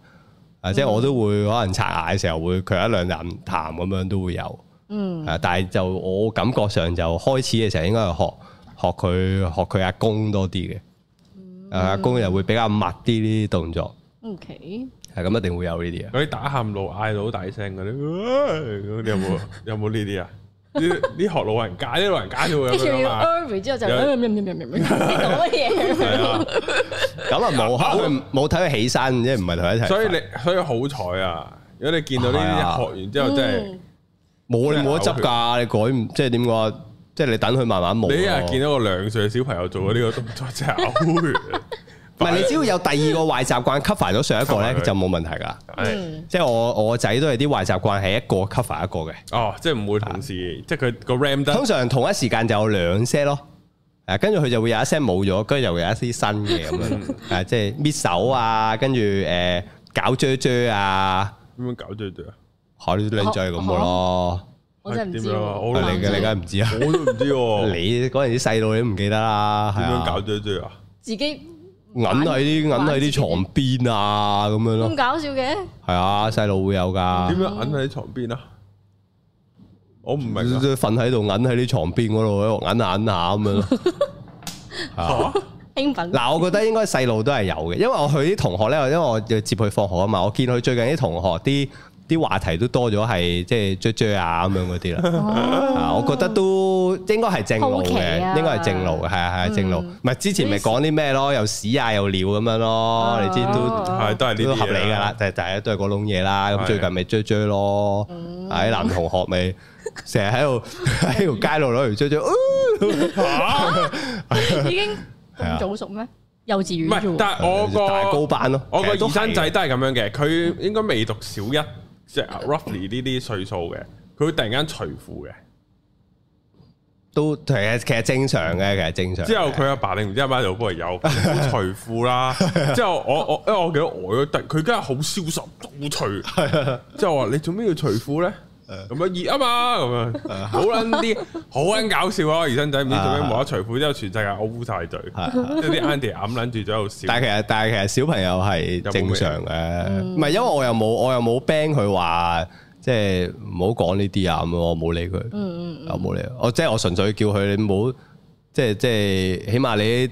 Speaker 3: 啊，即係我都會可能刷牙嘅時候會佢一兩啖痰咁樣都會有。
Speaker 2: 嗯
Speaker 3: 係啊，但係就我感覺上就開始嘅時候應該係學學佢學佢阿公多啲嘅。啊阿公又會比較密啲呢啲動作，
Speaker 2: ，OK，
Speaker 3: 係咁一定會有呢啲啊。
Speaker 1: 嗰啲打喊路嗌到好大聲嗰啲，唉嗰啲有冇有冇呢啲啊？啲啲學老人家，啲老人家就會
Speaker 2: 跟
Speaker 1: 咁
Speaker 2: 住
Speaker 1: 樣
Speaker 2: 要
Speaker 1: 啊
Speaker 2: Irvy 之後就
Speaker 1: 有
Speaker 2: 嗯嗯嗯嗯嗯嗯講乜
Speaker 1: 係
Speaker 2: 嘢？
Speaker 1: 啊。
Speaker 3: 哦咁啊冇冇冇睇佢起身啫，唔係同佢一齊。
Speaker 1: 所以你所以好彩啊！如果你見到呢
Speaker 3: 係啊
Speaker 1: 啲學完之後，真
Speaker 3: 冇你冇得執㗎，你改唔即係點講啊？即係你等佢慢慢冇
Speaker 1: 係
Speaker 3: 咯。
Speaker 1: 你一日見到個兩歲嘅小朋友做咗呢個
Speaker 3: 嗯
Speaker 1: 動作，真係嘔血。啊
Speaker 3: 唔係你只要有第二個壞習慣 cover 咗上一個
Speaker 1: cover
Speaker 3: 咧，
Speaker 1: 佢
Speaker 3: 就冇問題㗎。
Speaker 1: 係
Speaker 2: 嗯，
Speaker 3: 即係我我仔都係啲壞習慣係一個 cover 一個嘅，
Speaker 1: 哦，即係唔會同
Speaker 3: 啊
Speaker 1: 時，即係佢個 RAM 得
Speaker 3: 通常同一時間就有兩 set 咯。誒，跟住佢就會有一 set 冇咗，跟住又有一啲新嘅 咁樣。誒，即係搣手啊，跟住誒搞啫啫啊，
Speaker 1: 點樣搞對對啊？
Speaker 3: 嚇你靚仔咁嘅咯。
Speaker 2: 我真係唔知
Speaker 1: 點樣啊我
Speaker 3: 你
Speaker 1: 都唔
Speaker 2: 喎。
Speaker 3: 嘅你梗係唔知啊！
Speaker 1: 我都唔知喎，
Speaker 3: 你嗰陣時細路你都唔記得啦，係
Speaker 1: 點
Speaker 3: 啊
Speaker 1: 樣搞對對啊？
Speaker 2: 自己
Speaker 3: 揞喺啲
Speaker 2: 玩嗯
Speaker 3: 揞喺啲床邊啊，咁樣
Speaker 2: 咁
Speaker 3: 咯，
Speaker 2: 搞笑嘅，
Speaker 3: 係啊，細路會有噶
Speaker 1: 點，樣揞喺床邊啊？我唔明啊
Speaker 3: 瞓喺度揞喺啲床邊嗰度，喺度揞下揞下咁 樣咯。係啊
Speaker 1: 嚇！
Speaker 2: 興奮。
Speaker 3: 嗱，我覺得應該細路都係有嘅，因為我佢啲同學咧，因為我要接佢放學啊嘛，我見佢最近啲同學啲啲話題都多咗，係即係追追啊咁樣 嗰啲啦。啊，我覺得都應該係正路
Speaker 2: 哦好奇
Speaker 3: 嘅，
Speaker 2: 啊
Speaker 3: 應該係正路嘅，係啊係啊正路。
Speaker 2: 嗯
Speaker 3: 唔係之前咪講啲咩咯，又屎啊又尿咁樣咯，你知都
Speaker 2: 哦
Speaker 1: 係都係呢啲
Speaker 3: 都
Speaker 1: 嘢
Speaker 3: 合理㗎啦，，就係大家都係嗰窿嘢啦。咁
Speaker 1: 係
Speaker 3: 最近咪追追咯，喺男同學咪成日喺度喺條街度攞嚟追追，啊哦
Speaker 2: 已經咁早熟咩？幼稚
Speaker 1: 唔
Speaker 2: 園啫
Speaker 1: 係，
Speaker 2: 喎，
Speaker 1: 但係我個
Speaker 3: 大高班咯。
Speaker 1: 我個
Speaker 3: 其實都
Speaker 1: 二生
Speaker 3: 係
Speaker 1: 仔都係咁樣嘅，佢應該未讀小一，即係 roughly 呢啲歲數嘅，佢會突然間除褲嘅。
Speaker 3: 都其實其實正常嘅，其實正常嘅。
Speaker 1: 之後佢阿爸定唔知阿媽就幫佢有除褲 啦。之後我我因為我記得我咗，但佢真係好消瘦，都除。 之後我話你做咩要除褲咧？咁樣熱啊嘛，咁樣好撚 啲，好撚搞笑啊！我兒生仔唔知做咩冇得除褲，之後全世界我烏晒嘴，即係啲 Andy 揞撚住咗喺度笑。
Speaker 3: 但係其實但係其實小朋友係正常嘅，唔係因為我又冇我又冇 ban 佢話，即係唔好講呢啲啊咁樣，我冇理佢，我冇理佢，我即係我純粹叫佢你唔好，即係即係起碼你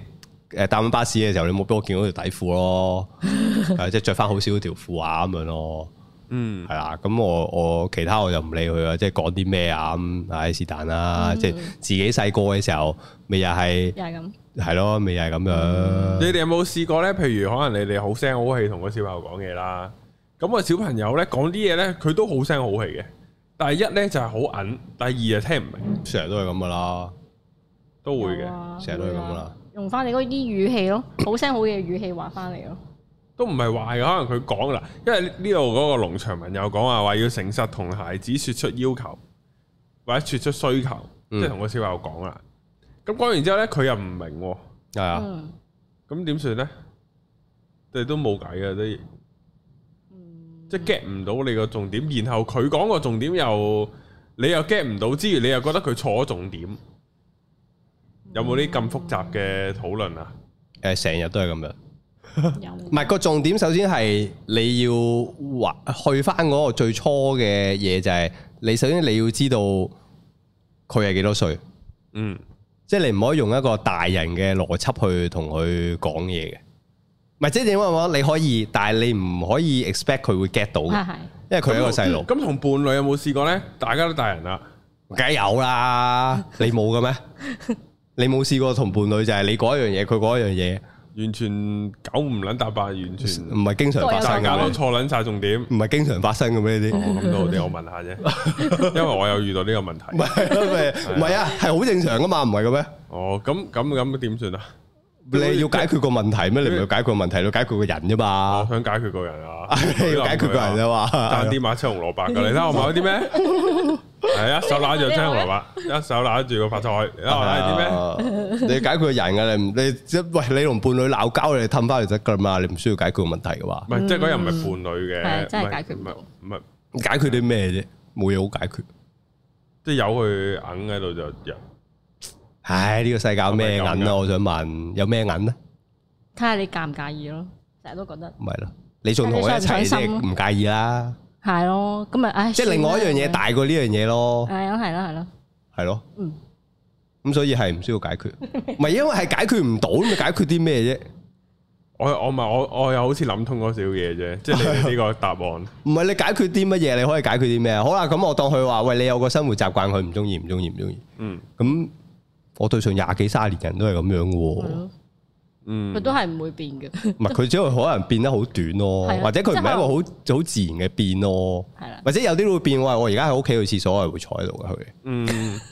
Speaker 3: 誒搭緊巴士嘅時候，你冇俾我見到條底褲咯，係即係着翻好少嗰條褲啊咁樣咯。
Speaker 1: 嗯，
Speaker 3: 係啦，咁我我其他我就唔理佢啦，即係講啲咩啊咁，唉是但啦，即係自己細個嘅時候，咪又係
Speaker 2: 又係咁。
Speaker 3: 係咯，咪又係咁樣。
Speaker 1: 你哋有冇試過咧？譬如可能你哋好聲好氣同個小朋友講嘢啦，咁個小朋友咧講啲嘢咧，佢都好聲好氣嘅，但係一咧就係好揞，第二啊就聽唔明，
Speaker 3: 成日都係咁噶啦，
Speaker 1: 都會
Speaker 2: 哦
Speaker 1: 嘅。
Speaker 3: 成日都係咁啦。
Speaker 2: 用翻你嗰啲語氣咯，好聲好嘅語氣話翻嚟咯。
Speaker 1: 都唔係壞嘅，可能佢講啦，因為呢度嗰個農場文有講話話要誠實同孩子説出要求，或者説出需求，
Speaker 3: 嗯
Speaker 1: 即係同個小朋友講啦。咁講完之後呢，佢又唔明喎，
Speaker 3: 係啊，
Speaker 2: 嗯，
Speaker 1: 咁點算呢？你都冇計嘅，都即係 get 唔到你個重點，然後佢講個重點又你又 get 唔到之餘，你又覺得佢錯咗重點，有冇啲咁複雜嘅討論啊？
Speaker 3: 誒成日都係咁樣。
Speaker 2: 有
Speaker 3: 唔係個重點，首先係你要話去翻嗰個最初嘅嘢，就係你首先你要知道佢係幾多歲，
Speaker 1: 嗯，
Speaker 3: 即係你唔可以用一個大人嘅邏輯去同佢講嘢嘅。唔係即係點講？你可以，但係你唔可以 expect 佢會 get 到嘅，
Speaker 2: 係係
Speaker 3: 因為佢係一 個細路，
Speaker 1: 咁同伴侶有冇試過呢？大家都大人啦。
Speaker 3: 梗係有啦。你冇嘅咩？你冇試過同伴侶就係你嗰一樣嘢，佢嗰一樣嘢，
Speaker 1: 完全九唔撚搭八，完全
Speaker 3: 唔係經常發
Speaker 1: 大
Speaker 3: 生
Speaker 1: 家都
Speaker 3: 嘅咩，
Speaker 1: 錯撚晒重點。
Speaker 3: 唔係經常發生嘅咩呢啲？
Speaker 1: 我諗到啲，我問下 啫，因為我有遇到呢個問
Speaker 3: 唔
Speaker 1: 題。
Speaker 3: 係咪唔係啊，係好正常噶嘛，唔係嘅咩？
Speaker 1: 哦，咁咁咁點算啊？
Speaker 3: 你要解決個問題咩？你唔係解決個問題，你要解決個人啫
Speaker 1: 我
Speaker 3: 嘛，
Speaker 1: 想解決個人啊，
Speaker 3: 你要解決個人啊啫
Speaker 1: 爭
Speaker 3: 嘛。
Speaker 1: 啲買青紅蘿蔔㗎，你睇我買咗 啲咩？係啊一手揦住青紅
Speaker 2: 啊
Speaker 1: 蘿蔔，一手揦住個發菜，你睇我揦住啲
Speaker 3: 啊
Speaker 1: 咩？
Speaker 3: 咩？你要解決個人噶，你唔你即喂你同伴侶鬧交，你氹翻嚟就得噶嘛，你唔需要解決個問題噶嘛
Speaker 1: 唔。係，即係嗰人唔係伴侶嘅，
Speaker 2: 嗯係啊真
Speaker 1: 唔
Speaker 2: 係解決唔到
Speaker 1: 唔係，
Speaker 3: 解決啲咩啫？冇嘢好解決。
Speaker 1: 即係有佢硬喺度就有
Speaker 3: 唉，呢個世界有咩銀
Speaker 1: 係咪咁
Speaker 3: 啊？
Speaker 1: 㗎
Speaker 3: 我想問，有咩銀啊？
Speaker 2: 睇下你介唔介意咯，成日都覺得
Speaker 3: 唔係咯，你仲同我一齊
Speaker 2: 但你
Speaker 3: 即
Speaker 2: 想唔想
Speaker 3: 係
Speaker 2: 心啊
Speaker 3: 唔介意啦。
Speaker 2: 係咯，咁咪唉，
Speaker 3: 即係另外一樣嘢大過呢樣嘢咯，
Speaker 2: 係啊，係啦，係啦，
Speaker 3: 係咯。
Speaker 2: 嗯
Speaker 3: 咁所以係唔需要解決，唔係因為係解決唔到，咁你解決啲咩啫？
Speaker 1: 我我我咪我我又好似諗通嗰少嘢啫，即係你哋呢個答案。
Speaker 3: 唔係你解決啲乜嘢，你可以解決啲咩？好啦，咁我當佢話喂，你有個生活習慣，佢唔中意，唔中意，唔中意。
Speaker 1: 嗯
Speaker 3: 咁我對上廿幾卅年人都係咁樣嘅喎，
Speaker 2: 係咯
Speaker 1: 嗯
Speaker 2: 佢，都係唔會變嘅，
Speaker 3: 唔係佢只係可能變得好短咯
Speaker 2: 係，啊
Speaker 3: 或者佢唔係一個好
Speaker 2: 即
Speaker 3: 好自然嘅變咯，
Speaker 2: 係啦。
Speaker 3: 或者有啲會變喂，我而家喺屋企去廁所我係會坐喺度嘅佢，
Speaker 1: 嗯，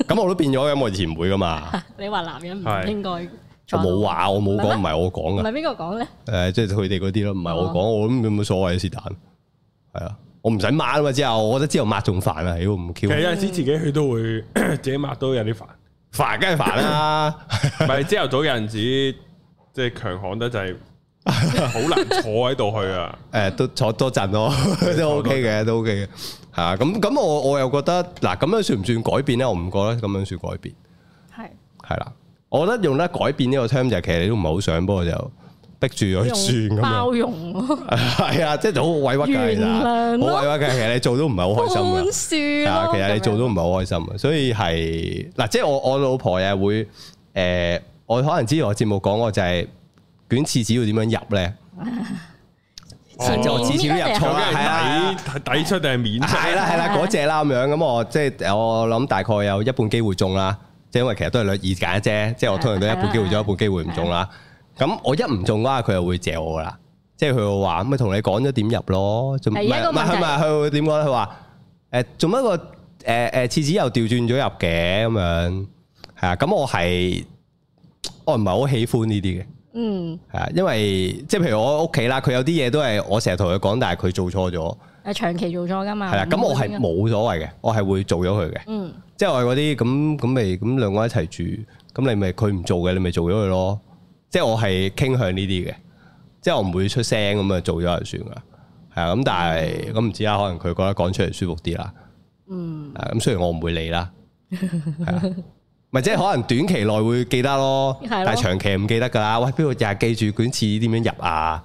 Speaker 3: 咁我都變咗，咁我以前唔會噶嘛，
Speaker 2: 你話男人唔
Speaker 1: 係
Speaker 2: 應該
Speaker 3: 我
Speaker 2: 坐喺度，
Speaker 3: 冇話我冇講，
Speaker 2: 唔係
Speaker 3: 唔係我講
Speaker 2: 唔
Speaker 3: 噶，
Speaker 2: 係邊個講咧？
Speaker 3: 誒即係佢哋嗰啲咯，唔係我講，
Speaker 2: 哦
Speaker 3: 我咁有冇所謂啊是但，係啊，我唔使抹啊嘛之後，我覺得之後抹仲煩啊，妖唔
Speaker 1: 其
Speaker 3: Q
Speaker 1: 實有陣時自己佢都會 自己抹都有啲煩，唔
Speaker 3: 煩梗係煩 啦。
Speaker 1: 係朝頭早有陣時即係強悍得滯，好難坐喺度去 啊。
Speaker 3: 誒都坐多陣 咯，都 OK 嘅，都 OK 嘅，係啊。咁咁我我又覺得嗱，咁樣算唔算改變咧？我唔覺得咁樣算改變，
Speaker 2: 係
Speaker 3: 係啦。我覺得用得改變呢個 term 就係其實你都唔係好想，不過就逼住佢轉咁
Speaker 2: 用包
Speaker 3: 樣，
Speaker 2: 容咯，
Speaker 3: 係啊，即係好委屈㗎，其實
Speaker 2: 原諒咯
Speaker 3: 好委屈㗎。其實你做都唔係好開心
Speaker 2: 寬。
Speaker 3: 㗎
Speaker 2: 恕
Speaker 3: 係啊，
Speaker 2: 咯。
Speaker 3: 其實
Speaker 2: 咁
Speaker 3: 你
Speaker 2: 樣
Speaker 3: 做都唔係好開心啊，所以係嗱，即係我我老婆又會誒、呃我可能之前我節目講過就係卷廁紙要點樣入咧，
Speaker 2: 前面
Speaker 3: 就
Speaker 1: 哦
Speaker 3: 廁紙要入錯
Speaker 1: 究
Speaker 3: 啦，
Speaker 1: 竟
Speaker 3: 係啊。
Speaker 1: 係底底出定係面出？
Speaker 3: 係啦係
Speaker 2: 啊
Speaker 3: 啦，嗰只啦咁樣，咁我即係我諗大概有一半機會中啦，即係因為其實都係兩二揀啫，即係我通常都一半機會中，一半機會唔中啦。咁我一唔中嘅話，佢就會借我噶啦，即係佢會話咁咪同你講咗點入咯，仲唔
Speaker 2: 係一
Speaker 3: 係
Speaker 2: 個
Speaker 3: 唔係
Speaker 2: 問題
Speaker 3: 佢咪佢會點講咧？佢話誒做乜個誒誒廁紙又調轉咗入嘅咁樣係啊？咁我係我唔係好喜歡呢啲嘅。
Speaker 2: 嗯，
Speaker 3: 係啊，因為即係譬如我屋企啦，佢有啲嘢都係我成日同佢講，但係佢做錯咗，
Speaker 2: 誒長期做咗噶嘛。
Speaker 3: 係啦，咁我係
Speaker 2: 唔會變㗎。
Speaker 3: 冇所謂嘅，我係會做咗佢嘅。
Speaker 2: 嗯，
Speaker 3: 即係我係嗰啲咁咁咪咁兩個一齊住，咁你咪佢唔做嘅，你咪做咗佢咯。即係我係傾向呢啲嘅，即係我唔會出聲咁啊，做咗就算啦。係啊，咁但係咁唔知啦，啊可能佢覺得講出嚟舒服啲啦。嗯，咁雖然我唔會理啦，係啊，咪即係可能短期內會記得咯，
Speaker 2: 係咯
Speaker 3: 但係長期唔記得㗎啦。喂，邊度日日記住卷廁點樣 入啊？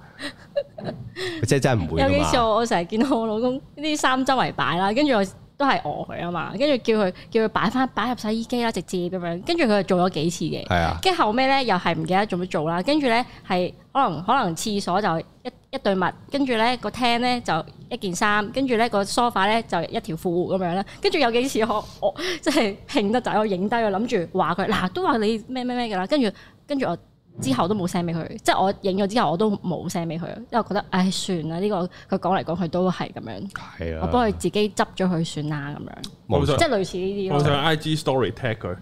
Speaker 3: 即係真係唔會
Speaker 2: 有
Speaker 3: 㗎
Speaker 2: 幾次
Speaker 3: 嘛。
Speaker 2: 我我成日見到我老公呢啲衫周圍擺啦，跟住我都係餓佢啊嘛，跟住叫佢叫佢擺翻擺入洗衣機啦，直接咁樣，跟住佢就做咗幾次嘅。
Speaker 3: 係啊，
Speaker 2: 跟住後尾咧，又係唔記得做乜做啦。跟住咧係可能可能廁所就一一對襪，跟住咧個廳咧就一件衫，跟住咧個 sofa 咧就一條褲咁樣啦。跟住有幾次我我即係興得滯，我影低我諗住話佢嗱都話你咩咩咩㗎啦。跟住跟住我之後都冇 send 俾佢，即係我影咗之後我都冇 send 俾佢，因為我覺得唉算啦，呢、個佢講嚟講去都係咁樣，
Speaker 3: 係
Speaker 2: 我幫
Speaker 3: 啊，
Speaker 2: 佢自己執咗佢算啦咁樣，
Speaker 3: 冇錯
Speaker 2: 即係類似呢啲
Speaker 1: 我
Speaker 2: 咯。
Speaker 1: 上 I G story tag 佢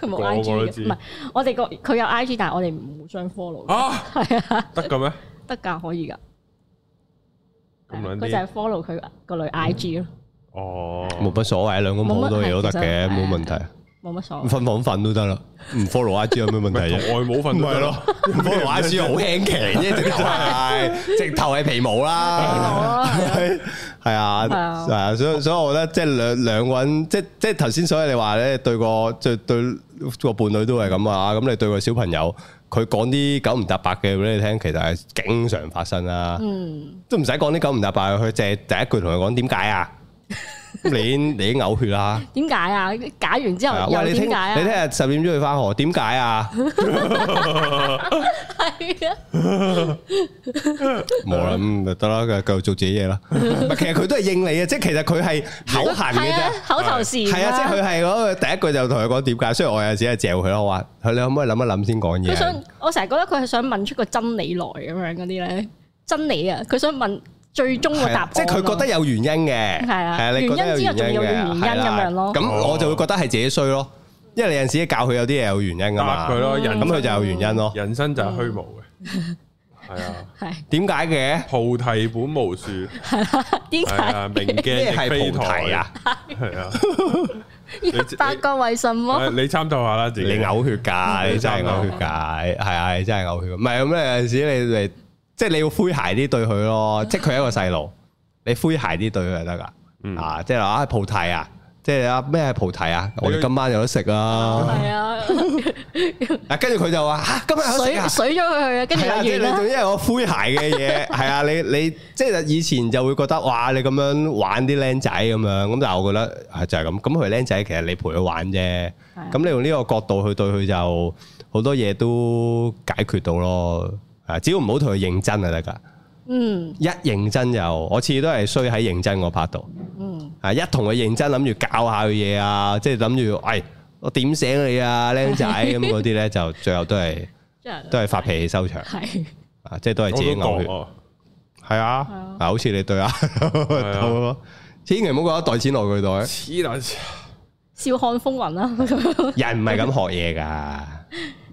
Speaker 2: 佢冇
Speaker 1: 個個
Speaker 2: I G
Speaker 1: 都
Speaker 2: 嘅，
Speaker 1: 知
Speaker 2: 唔係我哋個佢有 I G，但係我哋唔互相 follow 嘅。
Speaker 1: 啊，
Speaker 2: 係啊，
Speaker 1: 得嘅咩？
Speaker 2: 得㗎，可以㗎。
Speaker 1: 咁兩
Speaker 2: 佢就
Speaker 1: 啲
Speaker 2: 係 follow 佢個女 IG 咯，
Speaker 1: 哦，
Speaker 3: 冇乜所謂，兩公婆好多嘢都得嘅，
Speaker 2: 冇
Speaker 3: 冇
Speaker 2: 乜
Speaker 3: 問題。
Speaker 2: 冇乜所謂。
Speaker 3: 瞓房瞓都得啦，唔 follow I G 有咩問
Speaker 1: 唔係
Speaker 3: 題
Speaker 1: 同
Speaker 3: 啫？
Speaker 1: 外母瞓都得咯，
Speaker 3: 唔 follow I G 好輕騎啫，直頭係直頭係皮毛啦， 係啊，
Speaker 2: 係啊
Speaker 3: 係啊，所以所以我覺得即係兩兩個人，即即係頭先，所以你話咧對個對對個伴侶都係咁啊，咁你對個小朋友，佢講啲九唔搭八嘅俾你聽，其實係經常發生啦，
Speaker 2: 嗯，
Speaker 3: 都唔使講啲九唔搭八，佢淨係第一句同佢講點解啊，你已經你已經嘔血啦。
Speaker 2: 點解啊？解完之
Speaker 3: 係啊
Speaker 2: 後
Speaker 3: 喂，
Speaker 2: 又
Speaker 3: 你聽
Speaker 2: 點解啊？
Speaker 3: 你聽日十點鐘去翻學，點解啊？
Speaker 2: 係啊，
Speaker 3: 冇啦，咁就得啦，佢繼續做自 己嘢啦。唔係其實佢都係應你嘅，即係其實佢係口痕嘅
Speaker 2: 係 啊
Speaker 3: 啫。，
Speaker 2: 口頭禪
Speaker 3: 係啊，即係佢係嗰個第一句就同佢講點解。雖然我有陣時係嚼佢啦，我話佢你可唔可以諗一諗先講
Speaker 2: 佢
Speaker 3: 嘢啊
Speaker 2: 想，我成日覺得佢係想問出個真理來咁樣嗰啲咧，真理啊，佢想問最終個
Speaker 3: 係
Speaker 2: 答
Speaker 3: 啊
Speaker 2: 案。
Speaker 3: 即係佢覺得有原因嘅，
Speaker 2: 係啊
Speaker 3: 你覺得
Speaker 2: 原
Speaker 3: 有
Speaker 2: 因之後仲
Speaker 3: 嘅
Speaker 2: 要有原因
Speaker 3: 係啦
Speaker 2: 咁樣咯
Speaker 3: 咁我就會覺得係自己衰咯，因為你有陣時教佢有啲嘢有原因噶
Speaker 1: 答
Speaker 3: 嘛，
Speaker 1: 佢咯，
Speaker 3: 咁
Speaker 1: 人
Speaker 3: 佢就有原因咯。
Speaker 1: 人生就係虛 無嘅，係啊，
Speaker 2: 係
Speaker 3: 點解嘅？
Speaker 1: 菩提本無樹，
Speaker 2: 點
Speaker 1: 係
Speaker 2: 解？
Speaker 1: 啊，明鏡
Speaker 3: 咩
Speaker 1: 亦非
Speaker 3: 係菩提
Speaker 1: 台
Speaker 3: 啊？？
Speaker 1: 係啊，
Speaker 2: 一百個為什麼？
Speaker 1: 你參透下啦，自己
Speaker 3: 你嘔血㗎， 你真係嘔血㗎，係啊，你真係嘔血㗎。唔係咁咧，有陣時你你即係你要詼諧啲對佢咯，即係佢係一個細路，你詼諧啲對佢就得
Speaker 1: 嗯
Speaker 3: 㗎。啊，即係話啊菩提啊，即係啊咩係菩提啊？我哋今晚有得食 啊！
Speaker 2: 係啊，
Speaker 3: 啊，跟住佢就話嚇今日有得
Speaker 2: 水
Speaker 3: 食啊！
Speaker 2: 水咗佢去啊，跟住
Speaker 3: 係啊，即
Speaker 2: 就
Speaker 3: 係你
Speaker 2: 完啦。
Speaker 3: 總之係我詼諧嘅嘢，係啊，你你即係以前就會覺得哇，你咁樣玩啲僆仔咁樣，咁但係我覺得係就係咁，咁佢僆仔其實你陪佢玩啫，咁你用呢個角度去對佢就好多嘢都解決到咯，啊，只要唔好同佢認真就得㗎。
Speaker 2: 嗯
Speaker 3: 一認真就我次次都係衰喺認真嗰 part 度。
Speaker 2: 嗯，
Speaker 3: 啊！一同佢認真諗住教下佢嘢啊，即係諗住，喂，我點醒你啊，僆仔咁嗰啲咧，就最後都 係
Speaker 2: 即係
Speaker 3: 都係發脾氣收場
Speaker 2: 係
Speaker 3: 啊！即係都係
Speaker 1: 我
Speaker 3: 自己
Speaker 1: 都
Speaker 3: 嘔血
Speaker 1: 覺，啊，
Speaker 3: 係啊，
Speaker 2: 啊
Speaker 3: 啊，好似你對啊，
Speaker 1: 啊
Speaker 3: 到咯， 千祈唔好覺得袋錢落佢袋，
Speaker 1: 黐撚線
Speaker 2: 笑看風雲啦咁樣。
Speaker 3: 人唔係咁學嘢噶，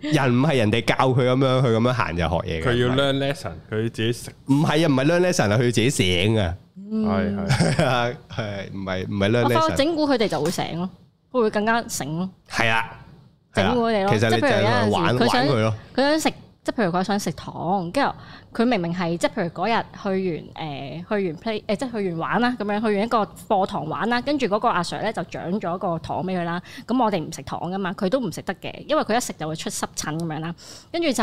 Speaker 3: 人唔係人哋教佢咁樣，佢咁樣行就學嘢㗎
Speaker 1: 佢要 learn lesson，佢自己食，
Speaker 3: 唔係啊，唔係 learn lesson 啊，佢要自己醒啊，
Speaker 1: 係係。
Speaker 3: 係唔係唔係 learn
Speaker 2: 我發覺
Speaker 3: lesson，
Speaker 2: 整蠱佢哋就會醒咯，佢會更加醒咯。
Speaker 3: 係啊，係
Speaker 2: 整
Speaker 3: 啊
Speaker 2: 蠱佢哋咯，
Speaker 3: 其
Speaker 2: 即
Speaker 3: 實
Speaker 2: 係
Speaker 3: 你
Speaker 2: 譬
Speaker 3: 就
Speaker 2: 如有
Speaker 3: 係
Speaker 2: 陣時
Speaker 3: 玩
Speaker 2: 佢
Speaker 3: 玩
Speaker 2: 想
Speaker 3: 佢咯。
Speaker 2: 佢想食，即係譬如佢想食糖，跟住佢明明係即係譬如嗰日去完誒、呃去完 play 誒、即係去完玩啦，咁樣去完一個課堂玩啦，跟住嗰個阿 Sir 咧就獎咗個糖俾佢啦。咁我哋唔食糖噶嘛，佢都唔食得嘅，因為佢一食就會出濕疹咁樣啦。跟住就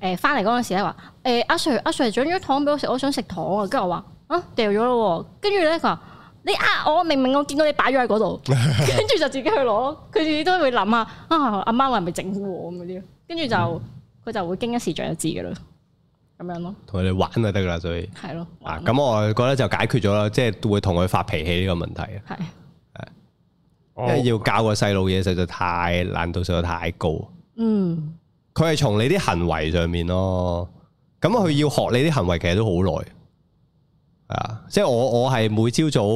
Speaker 2: 誒翻嚟嗰陣時咧話誒阿 Sir 阿 Sir 獎咗糖俾我食，我想食糖啊。跟住我話啊掉咗咯喎，跟住咧佢話。你呃我，明明我見到你擺咗喺嗰度，跟住就自己去攞咯。佢哋都會諗下啊，阿媽係咪整蠱我咁嗰啲，跟住就。佢就會經一事長一智嘅啦，咁樣咯，
Speaker 3: 同佢哋玩就得噶啦，所以
Speaker 2: 係咯，嗯
Speaker 3: 啊
Speaker 2: 玩，
Speaker 3: 咁我覺得就解決咗啦，即係會同佢發脾氣呢個問題啊，
Speaker 2: 係，
Speaker 1: 哦
Speaker 3: 因為要教個細路嘢實在太難度實在太高，
Speaker 2: 嗯，
Speaker 3: 佢係從你啲行為上面咯，咁佢要學你啲行為其實都好耐，係啊，即係我我係每朝早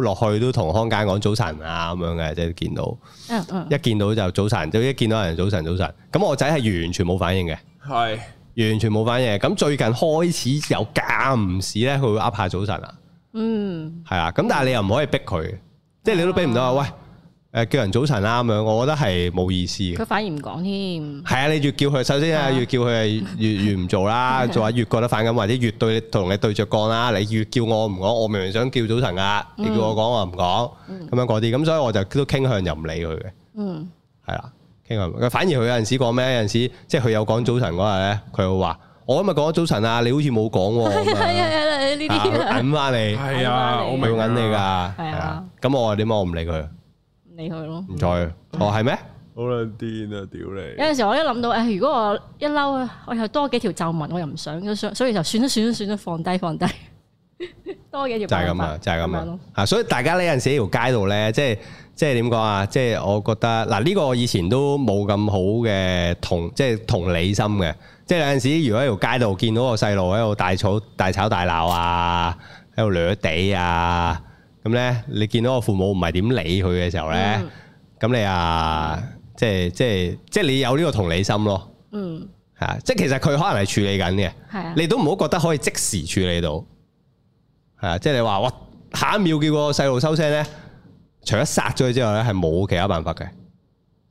Speaker 3: 落去都同康間講早晨啊咁樣嘅，即係見到
Speaker 2: 嗯嗯，
Speaker 3: 一見到就早晨，就一見到有人早晨早晨，咁我仔係完全冇反應嘅。
Speaker 1: 係
Speaker 3: 完全冇反應，咁最近開始有間唔時咧，佢會噏下早晨啊，
Speaker 2: 嗯，
Speaker 3: 係啊，咁但係你又唔可以逼佢，即係你都逼唔到啊！喂，誒、叫人早晨啦咁樣，我覺得係冇意思嘅。
Speaker 2: 佢反而唔講添，
Speaker 3: 係啊，你越叫佢，首先
Speaker 2: 係
Speaker 3: 啊，
Speaker 2: 啊
Speaker 3: 越叫佢係越越唔做啦， 就話越覺得反感，或者越對同你對着幹啦。你越叫我唔講，我明明想叫早晨噶，你叫我講我唔講，咁樣嗰啲，咁所以我就都傾向就唔理佢嘅，
Speaker 2: 嗯，
Speaker 3: 係啦，傾向。佢反而佢有陣時講咩？有陣時即係佢有講早晨嗰日咧，佢會話：我今日講咗早晨啊，你好似冇講喎。咁
Speaker 2: 係
Speaker 3: 樣
Speaker 2: 係係呢啲
Speaker 3: 啊
Speaker 2: 啊，
Speaker 3: 揞翻你，
Speaker 1: 係啊，我
Speaker 3: 佢
Speaker 1: 明
Speaker 3: 揾你㗎，係
Speaker 1: 啊，
Speaker 3: 啊。咁我話點啊？我唔理佢，
Speaker 2: 唔理佢咯。
Speaker 3: 唔再。我話係咩？
Speaker 1: 好撚癲啊！屌
Speaker 2: 有陣時我一諗到，誒，如果我一嬲，啊我又多幾條皺紋，我又唔想，所所以就算啦，算啦，算啦，放低，放低， 多幾條
Speaker 3: 就係咁啊，就係咁啊。啊，所以大家呢有陣時喺條街度咧，即係即係點講啊？即係我覺得嗱，呢個我以前都冇咁好嘅同即係同理心嘅。即係有陣時，如果喺條街度見到個細路喺度大吵大吵大鬧啊，喺度掠地啊，咁咧你見到個父母唔係點理佢嘅時候咧
Speaker 2: 嗯，
Speaker 3: 咁、你啊，即係即係即係你有呢個同理心咯，
Speaker 2: 嗯，
Speaker 3: 係啊，即係其實佢可能係處理緊嘅。
Speaker 2: 係啊，
Speaker 3: 你都唔好覺得可以即時處理到，係啊，即係你話哇，下一秒叫個細路收聲咧，除咗殺咗佢之後咧，係冇其他辦法嘅。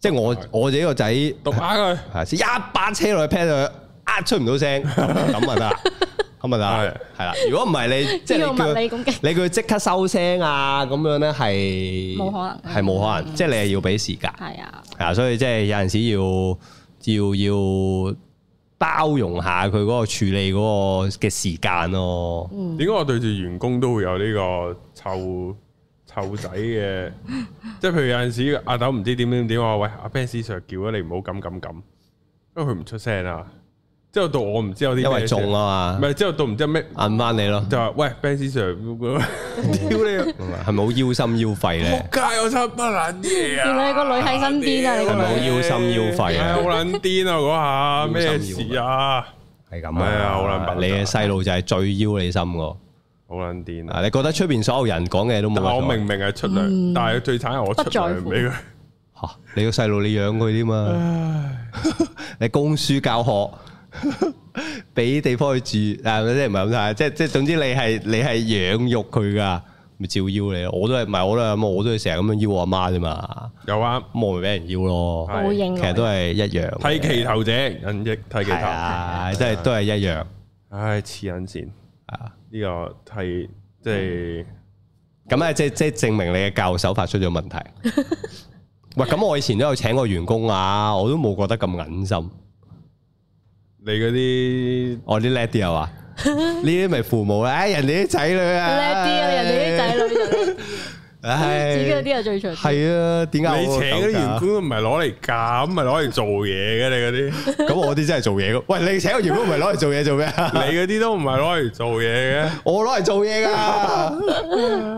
Speaker 3: 即係我我自己個仔
Speaker 1: 你，毒打佢，
Speaker 3: 係先一巴車落去 pat 佢，呃出唔到聲，咁咪 得啦，咁咪得啦，係啦。如果唔係你即係
Speaker 2: 呢個
Speaker 3: 你叫
Speaker 2: 物理
Speaker 3: 佢
Speaker 2: 攻擊，
Speaker 3: 你叫佢即刻收聲啊，咁樣咧係
Speaker 2: 冇可能
Speaker 3: 係冇可能，即係你係要俾時間。
Speaker 2: 係啊，
Speaker 3: 啊，所以即係有陣時要要要包容下佢嗰個處理嗰個嘅時間咯。
Speaker 1: 點解我對住員工都會有呢個臭 臭仔嘅？ 即係譬如有陣時阿豆唔知點點點，我話喂阿 Ben Sir 叫咗你唔好咁咁咁，因為佢唔出聲啊。之後到我唔知有啲
Speaker 3: 因為
Speaker 1: 咩
Speaker 3: 中啊
Speaker 1: 事，唔
Speaker 3: 嘛，
Speaker 1: 係之後到唔知有咩
Speaker 3: 摁翻你咯，
Speaker 1: 就話喂 Ben Sir，屌你啊！
Speaker 3: 係咪好腰心腰肺咧
Speaker 1: 仆？ 街！我差不撚嘢啊！
Speaker 2: 原來你個女喺身邊啊你個
Speaker 3: 女係咪好腰心腰肺啊
Speaker 1: 係好撚癲啊！嗰下咩
Speaker 3: 腰心腰肺
Speaker 1: 事啊？
Speaker 3: 係咁
Speaker 1: 係啊好撚笨
Speaker 3: 你嘅細路就係最腰你心個。
Speaker 1: 好撚癲啊！
Speaker 3: 啊，你覺得出邊所有人講嘅都冇
Speaker 1: 但
Speaker 3: 乜所謂
Speaker 1: 我明明係出
Speaker 2: 嗯
Speaker 1: 糧，但係最慘係我出糧俾佢。
Speaker 3: 嚇你個細路你養佢添啊嘛？
Speaker 1: 唉
Speaker 3: 你供書教 學，俾地方佢住，啊，即係唔係咁睇，即係即係總之你係你係養育佢噶，咪照腰你咯。我都係唔係我都係咁，我都係成日咁樣腰我阿媽啫嘛。
Speaker 1: 又啱
Speaker 3: 咁我咪俾人邀咯。
Speaker 1: 係
Speaker 2: 報應
Speaker 3: 其實都係一樣嘅，
Speaker 1: 剃其頭者，人亦剃其
Speaker 3: 係
Speaker 1: 頭。
Speaker 3: 啊，都係都係一樣
Speaker 1: 唉，黐撚線！
Speaker 3: 啊。
Speaker 1: 呢個係即
Speaker 3: 嗯
Speaker 1: 係
Speaker 3: 咁咧，即即證明你嘅教育手法出咗 問題。喂，咁我以前都有請過員工啊，我都冇覺得咁忍心。
Speaker 1: 你嗰啲
Speaker 3: 我啲叻啲係嘛？呢啲咪父母咧，哎人哋啲仔女啊，
Speaker 2: 叻啲啊，人哋啲仔女就
Speaker 3: 唉，
Speaker 2: 自己嗰啲係最長。
Speaker 3: 系啊，點解
Speaker 1: 你
Speaker 3: 我
Speaker 1: 請嗰啲員
Speaker 3: 咁
Speaker 1: 工都唔係攞嚟搞，咪攞嚟做嘢嘅你嗰 啲，
Speaker 3: 㗎咁我啲真係做嘢噶。喂，你請個員工唔係攞嚟做嘢做咩啊？
Speaker 1: 你嗰啲都唔係攞嚟做嘢嘅。
Speaker 3: 我攞嚟做 嘢噶，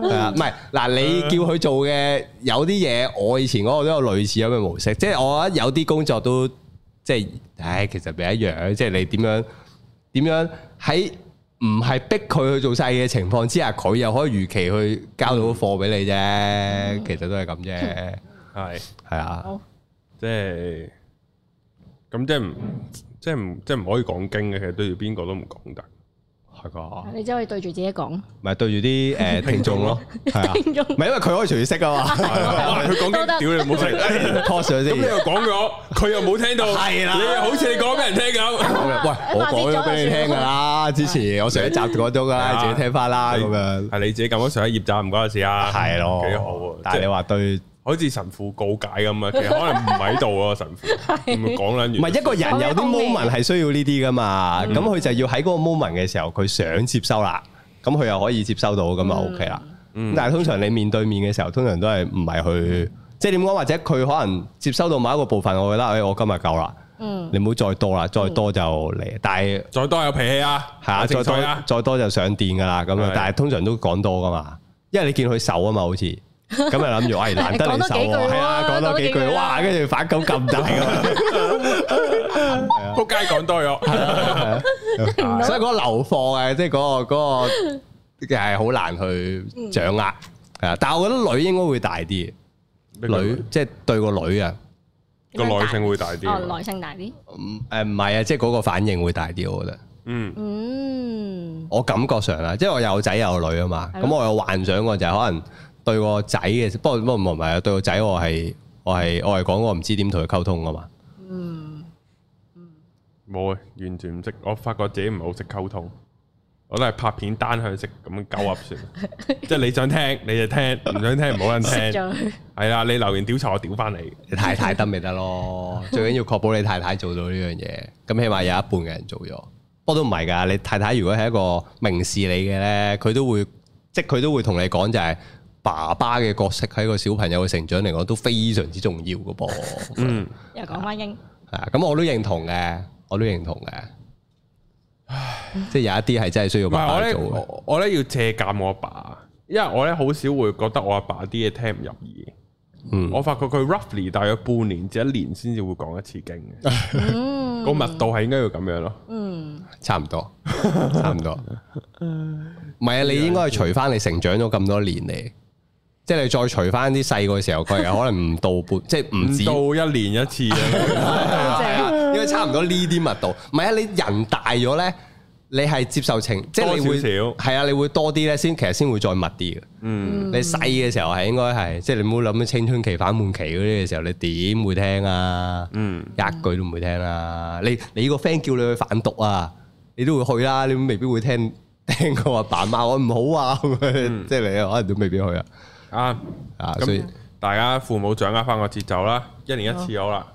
Speaker 3: 係啊，唔係嗱，你叫佢做嘅有啲嘢，我以前嗰個都有類似咁嘅模式，即係我覺得有啲工作都即係，唉，其實咪一樣，即係你點樣點樣喺唔係逼佢去做晒嘅情況之下，佢又可以如期去交到貨俾你啫，其實都係咁啫，
Speaker 1: 係，
Speaker 3: 係啊，
Speaker 2: 好
Speaker 1: 即係咁，即係唔即係唔即係唔可以講經嘅，其實對住邊個都唔講 得。
Speaker 3: 係噶，
Speaker 2: 你只可以對住自己講。
Speaker 3: 咪對住啲 誒聽眾咯，係 啊，
Speaker 2: 聽眾
Speaker 3: 唔係因為佢可以隨時識啊嘛，
Speaker 1: 佢講經，
Speaker 2: 都得
Speaker 1: 屌你唔好食。
Speaker 3: 拖上
Speaker 1: 咁你
Speaker 3: 先。
Speaker 1: 又講咗，佢又冇聽到，
Speaker 3: 係啦
Speaker 1: 你又好似你講俾人聽咁。
Speaker 3: 咁樣喂，我講咗俾你聽噶啦，之前我上一集講咗噶啦，你自己聽翻啦，咁樣
Speaker 1: 係你自己撳咗上一頁咋，唔關我事啊。
Speaker 3: 係咯，
Speaker 1: 幾好啊！
Speaker 3: 但係你話對，唔
Speaker 1: 好似神父告解咁 啊，其實可能唔喺度啊，神父唔講撚完。啊唔
Speaker 3: 係一個人有啲 moment 係需要呢啲噶嘛，
Speaker 1: 嗯
Speaker 3: 咁佢就要喺嗰個 moment 嘅時候，佢想接收啦，咁佢又可以接收到，咁
Speaker 2: 嗯
Speaker 3: 啊 OK 啦。
Speaker 1: 嗯
Speaker 3: 咁但係通常你面對面嘅時候，通常都係唔係去，即係點講，或者佢可能接收到某一個部分，我覺得，哎誒，我今日夠啦，
Speaker 2: 嗯，
Speaker 3: 你唔好再多啦，再多就嚟，但係。
Speaker 1: 再多有脾氣啊，
Speaker 3: 係啊，
Speaker 1: 有
Speaker 3: 再
Speaker 1: 情緒
Speaker 3: 多
Speaker 1: 啊，
Speaker 3: 再多就上電噶啦，咁
Speaker 1: 係
Speaker 3: 樣，但係通常都講多噶嘛，因為你見佢手啊嘛，好似咁就諗 住，哎，難得你手
Speaker 2: 講多幾句
Speaker 3: 喎，
Speaker 2: 啦
Speaker 3: 係啊，講多幾
Speaker 2: 講多幾
Speaker 3: 句，
Speaker 2: 句啦
Speaker 3: 哇，跟住反感咁大咁
Speaker 1: 仆街
Speaker 3: 啊
Speaker 1: 講多 咗，
Speaker 2: 啊
Speaker 3: 樣，所以嗰個流貨啊，即係嗰個嗰個係好難去掌
Speaker 2: 嗯
Speaker 3: 握，係啊，但係我覺得女應該會大啲，女即係對個女啊，
Speaker 1: 個耐性會大啲啊
Speaker 2: 哦，耐性大啲。
Speaker 3: 嗯誒唔係啊，即係嗰個反應會大啲，我覺得。
Speaker 1: 嗯，
Speaker 2: 嗯，
Speaker 3: 我感覺上啦，啊即係我有仔有女啊嘛，
Speaker 2: 係咯
Speaker 3: 咁我有幻想過就係可能對個仔嘅，不過不過唔係唔係啊，對個仔我係我係我係講我唔知點同佢溝通啊嘛，
Speaker 1: 冇啊，完全唔識。我發覺自己唔係好識溝通，我都係拍片單向式咁樣鳩噏 算。即係你想聽你就聽，唔想聽唔好撚
Speaker 2: 識
Speaker 1: 聽。
Speaker 2: 咗 佢。
Speaker 1: 係啦，你留言屌柒我屌翻你。
Speaker 3: 你太太得咪 得咯，最緊要確保你太太做到呢樣嘢，咁起碼有一半嘅人做咗，不過都唔係㗎，你太太如果係一個明示你嘅咧，佢都會即係佢都會同你講就係、爸爸嘅角色喺個小朋友嘅成長嚟講都非常之重要嘅噃，
Speaker 1: 嗯，
Speaker 2: 又講 翻英，
Speaker 3: 係啊，咁我都認同嘅，我都認同嘅。即係有一啲係真係需要
Speaker 1: 唔係
Speaker 3: 爸
Speaker 1: 我
Speaker 3: 爸
Speaker 1: 咧，
Speaker 3: 做嘅，
Speaker 1: 我我咧要借鑑我阿爸，因為我咧好少會覺得我阿爸啲嘢聽唔入耳。
Speaker 3: 嗯
Speaker 1: 我發覺佢 roughly 大約半年至一年先至會講一次經嘅，
Speaker 2: 嗯
Speaker 1: 個密度係應該要咁樣咯。
Speaker 2: 嗯，
Speaker 3: 差唔多，差唔多。唔係啊，你應該係除翻你成長咗咁多年嚟，即係你再除翻啲細個嘅時候，佢係可能唔到半， 即係唔止
Speaker 1: 唔到一年一次 啊！
Speaker 2: 正。
Speaker 3: 應該差唔多呢啲密度。唔係啊，你人大咗咧，你係接受情，即係你會
Speaker 1: 多少少
Speaker 3: 係啊，你會多啲咧，先其實先會再密啲嘅。嗯，你細嘅時候係應該係，即係你唔好諗青春期反叛期嗰啲嘅時候，你點會聽啊？嗯，一句都唔會聽啦。你你個 friend 叫你去販毒啊，你都會去啦，你未必會聽 聽佢話爸媽我唔好啊，咁樣即係你可能都未必去啊。
Speaker 1: 啊，
Speaker 3: 啊，所以
Speaker 1: 嗯咁大家父母掌握翻個節奏啦，一年一次好啦。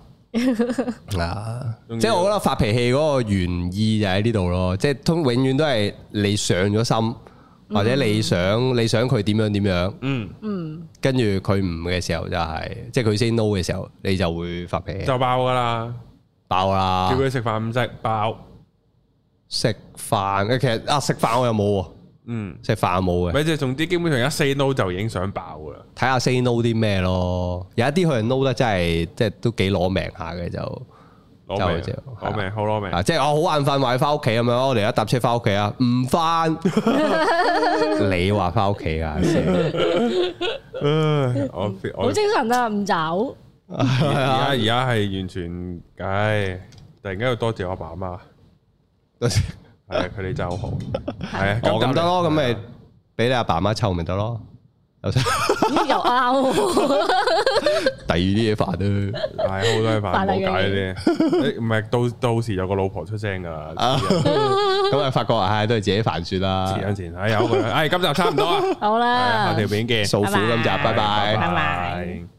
Speaker 3: 啊，
Speaker 1: 仲要
Speaker 3: 即係我覺得發脾氣嗰個原意就喺呢度咯，即係通永遠都係你上咗心，或者你想你想佢點樣點樣，
Speaker 1: 嗯，
Speaker 3: 跟住佢唔嘅時候就係，即係佢 say no 嘅時候，你就會發脾氣
Speaker 1: 嗯就爆噶啦，
Speaker 3: 爆啦
Speaker 1: 叫，佢食飯唔食爆，
Speaker 3: 食飯其實啊食飯我又冇喎，
Speaker 1: 嗯，
Speaker 3: 食飯冇嘅，
Speaker 1: 咪即係總之基本上一 say no 就已經想爆噶啦。
Speaker 3: 睇下 say no 啲咩咯，有一啲佢係 no 得真係即係都幾攞命下嘅就。
Speaker 1: 攞
Speaker 3: 就
Speaker 1: 命
Speaker 3: 就
Speaker 1: 啊，攞命，好攞命。
Speaker 3: 啊！即係我好眼瞓，話翻屋企咁樣，哦我哋而家搭車翻屋企啊，唔翻。你話翻屋企啊？
Speaker 1: 唉我我
Speaker 2: 好精神啊，唔走。
Speaker 3: 啊
Speaker 1: 而家而家係完全，唉，突然間要多謝我爸媽，
Speaker 3: 到時
Speaker 1: 係啊，佢哋真係好好，係啊，
Speaker 3: 哦咁得咯，咁咪
Speaker 1: 就
Speaker 3: 俾你阿爸媽湊咪得咯。有時
Speaker 2: 咦又啱喎，
Speaker 3: 第二啲嘢啊煩啦。
Speaker 1: 係啊好多嘢煩，
Speaker 2: 煩啦
Speaker 1: 冇解呢啲，誒唔係到到時有個老婆出聲噶
Speaker 3: 啊
Speaker 1: 啦，
Speaker 3: 咁啊，發覺唉，都係自己煩算啦
Speaker 1: 前。兩前，唉有佢，唉今集差唔多啊，
Speaker 2: 好
Speaker 1: 係啊
Speaker 2: 啦
Speaker 1: 下條。片見，
Speaker 3: 訴苦今集，拜
Speaker 2: 拜
Speaker 3: 拜
Speaker 2: 拜。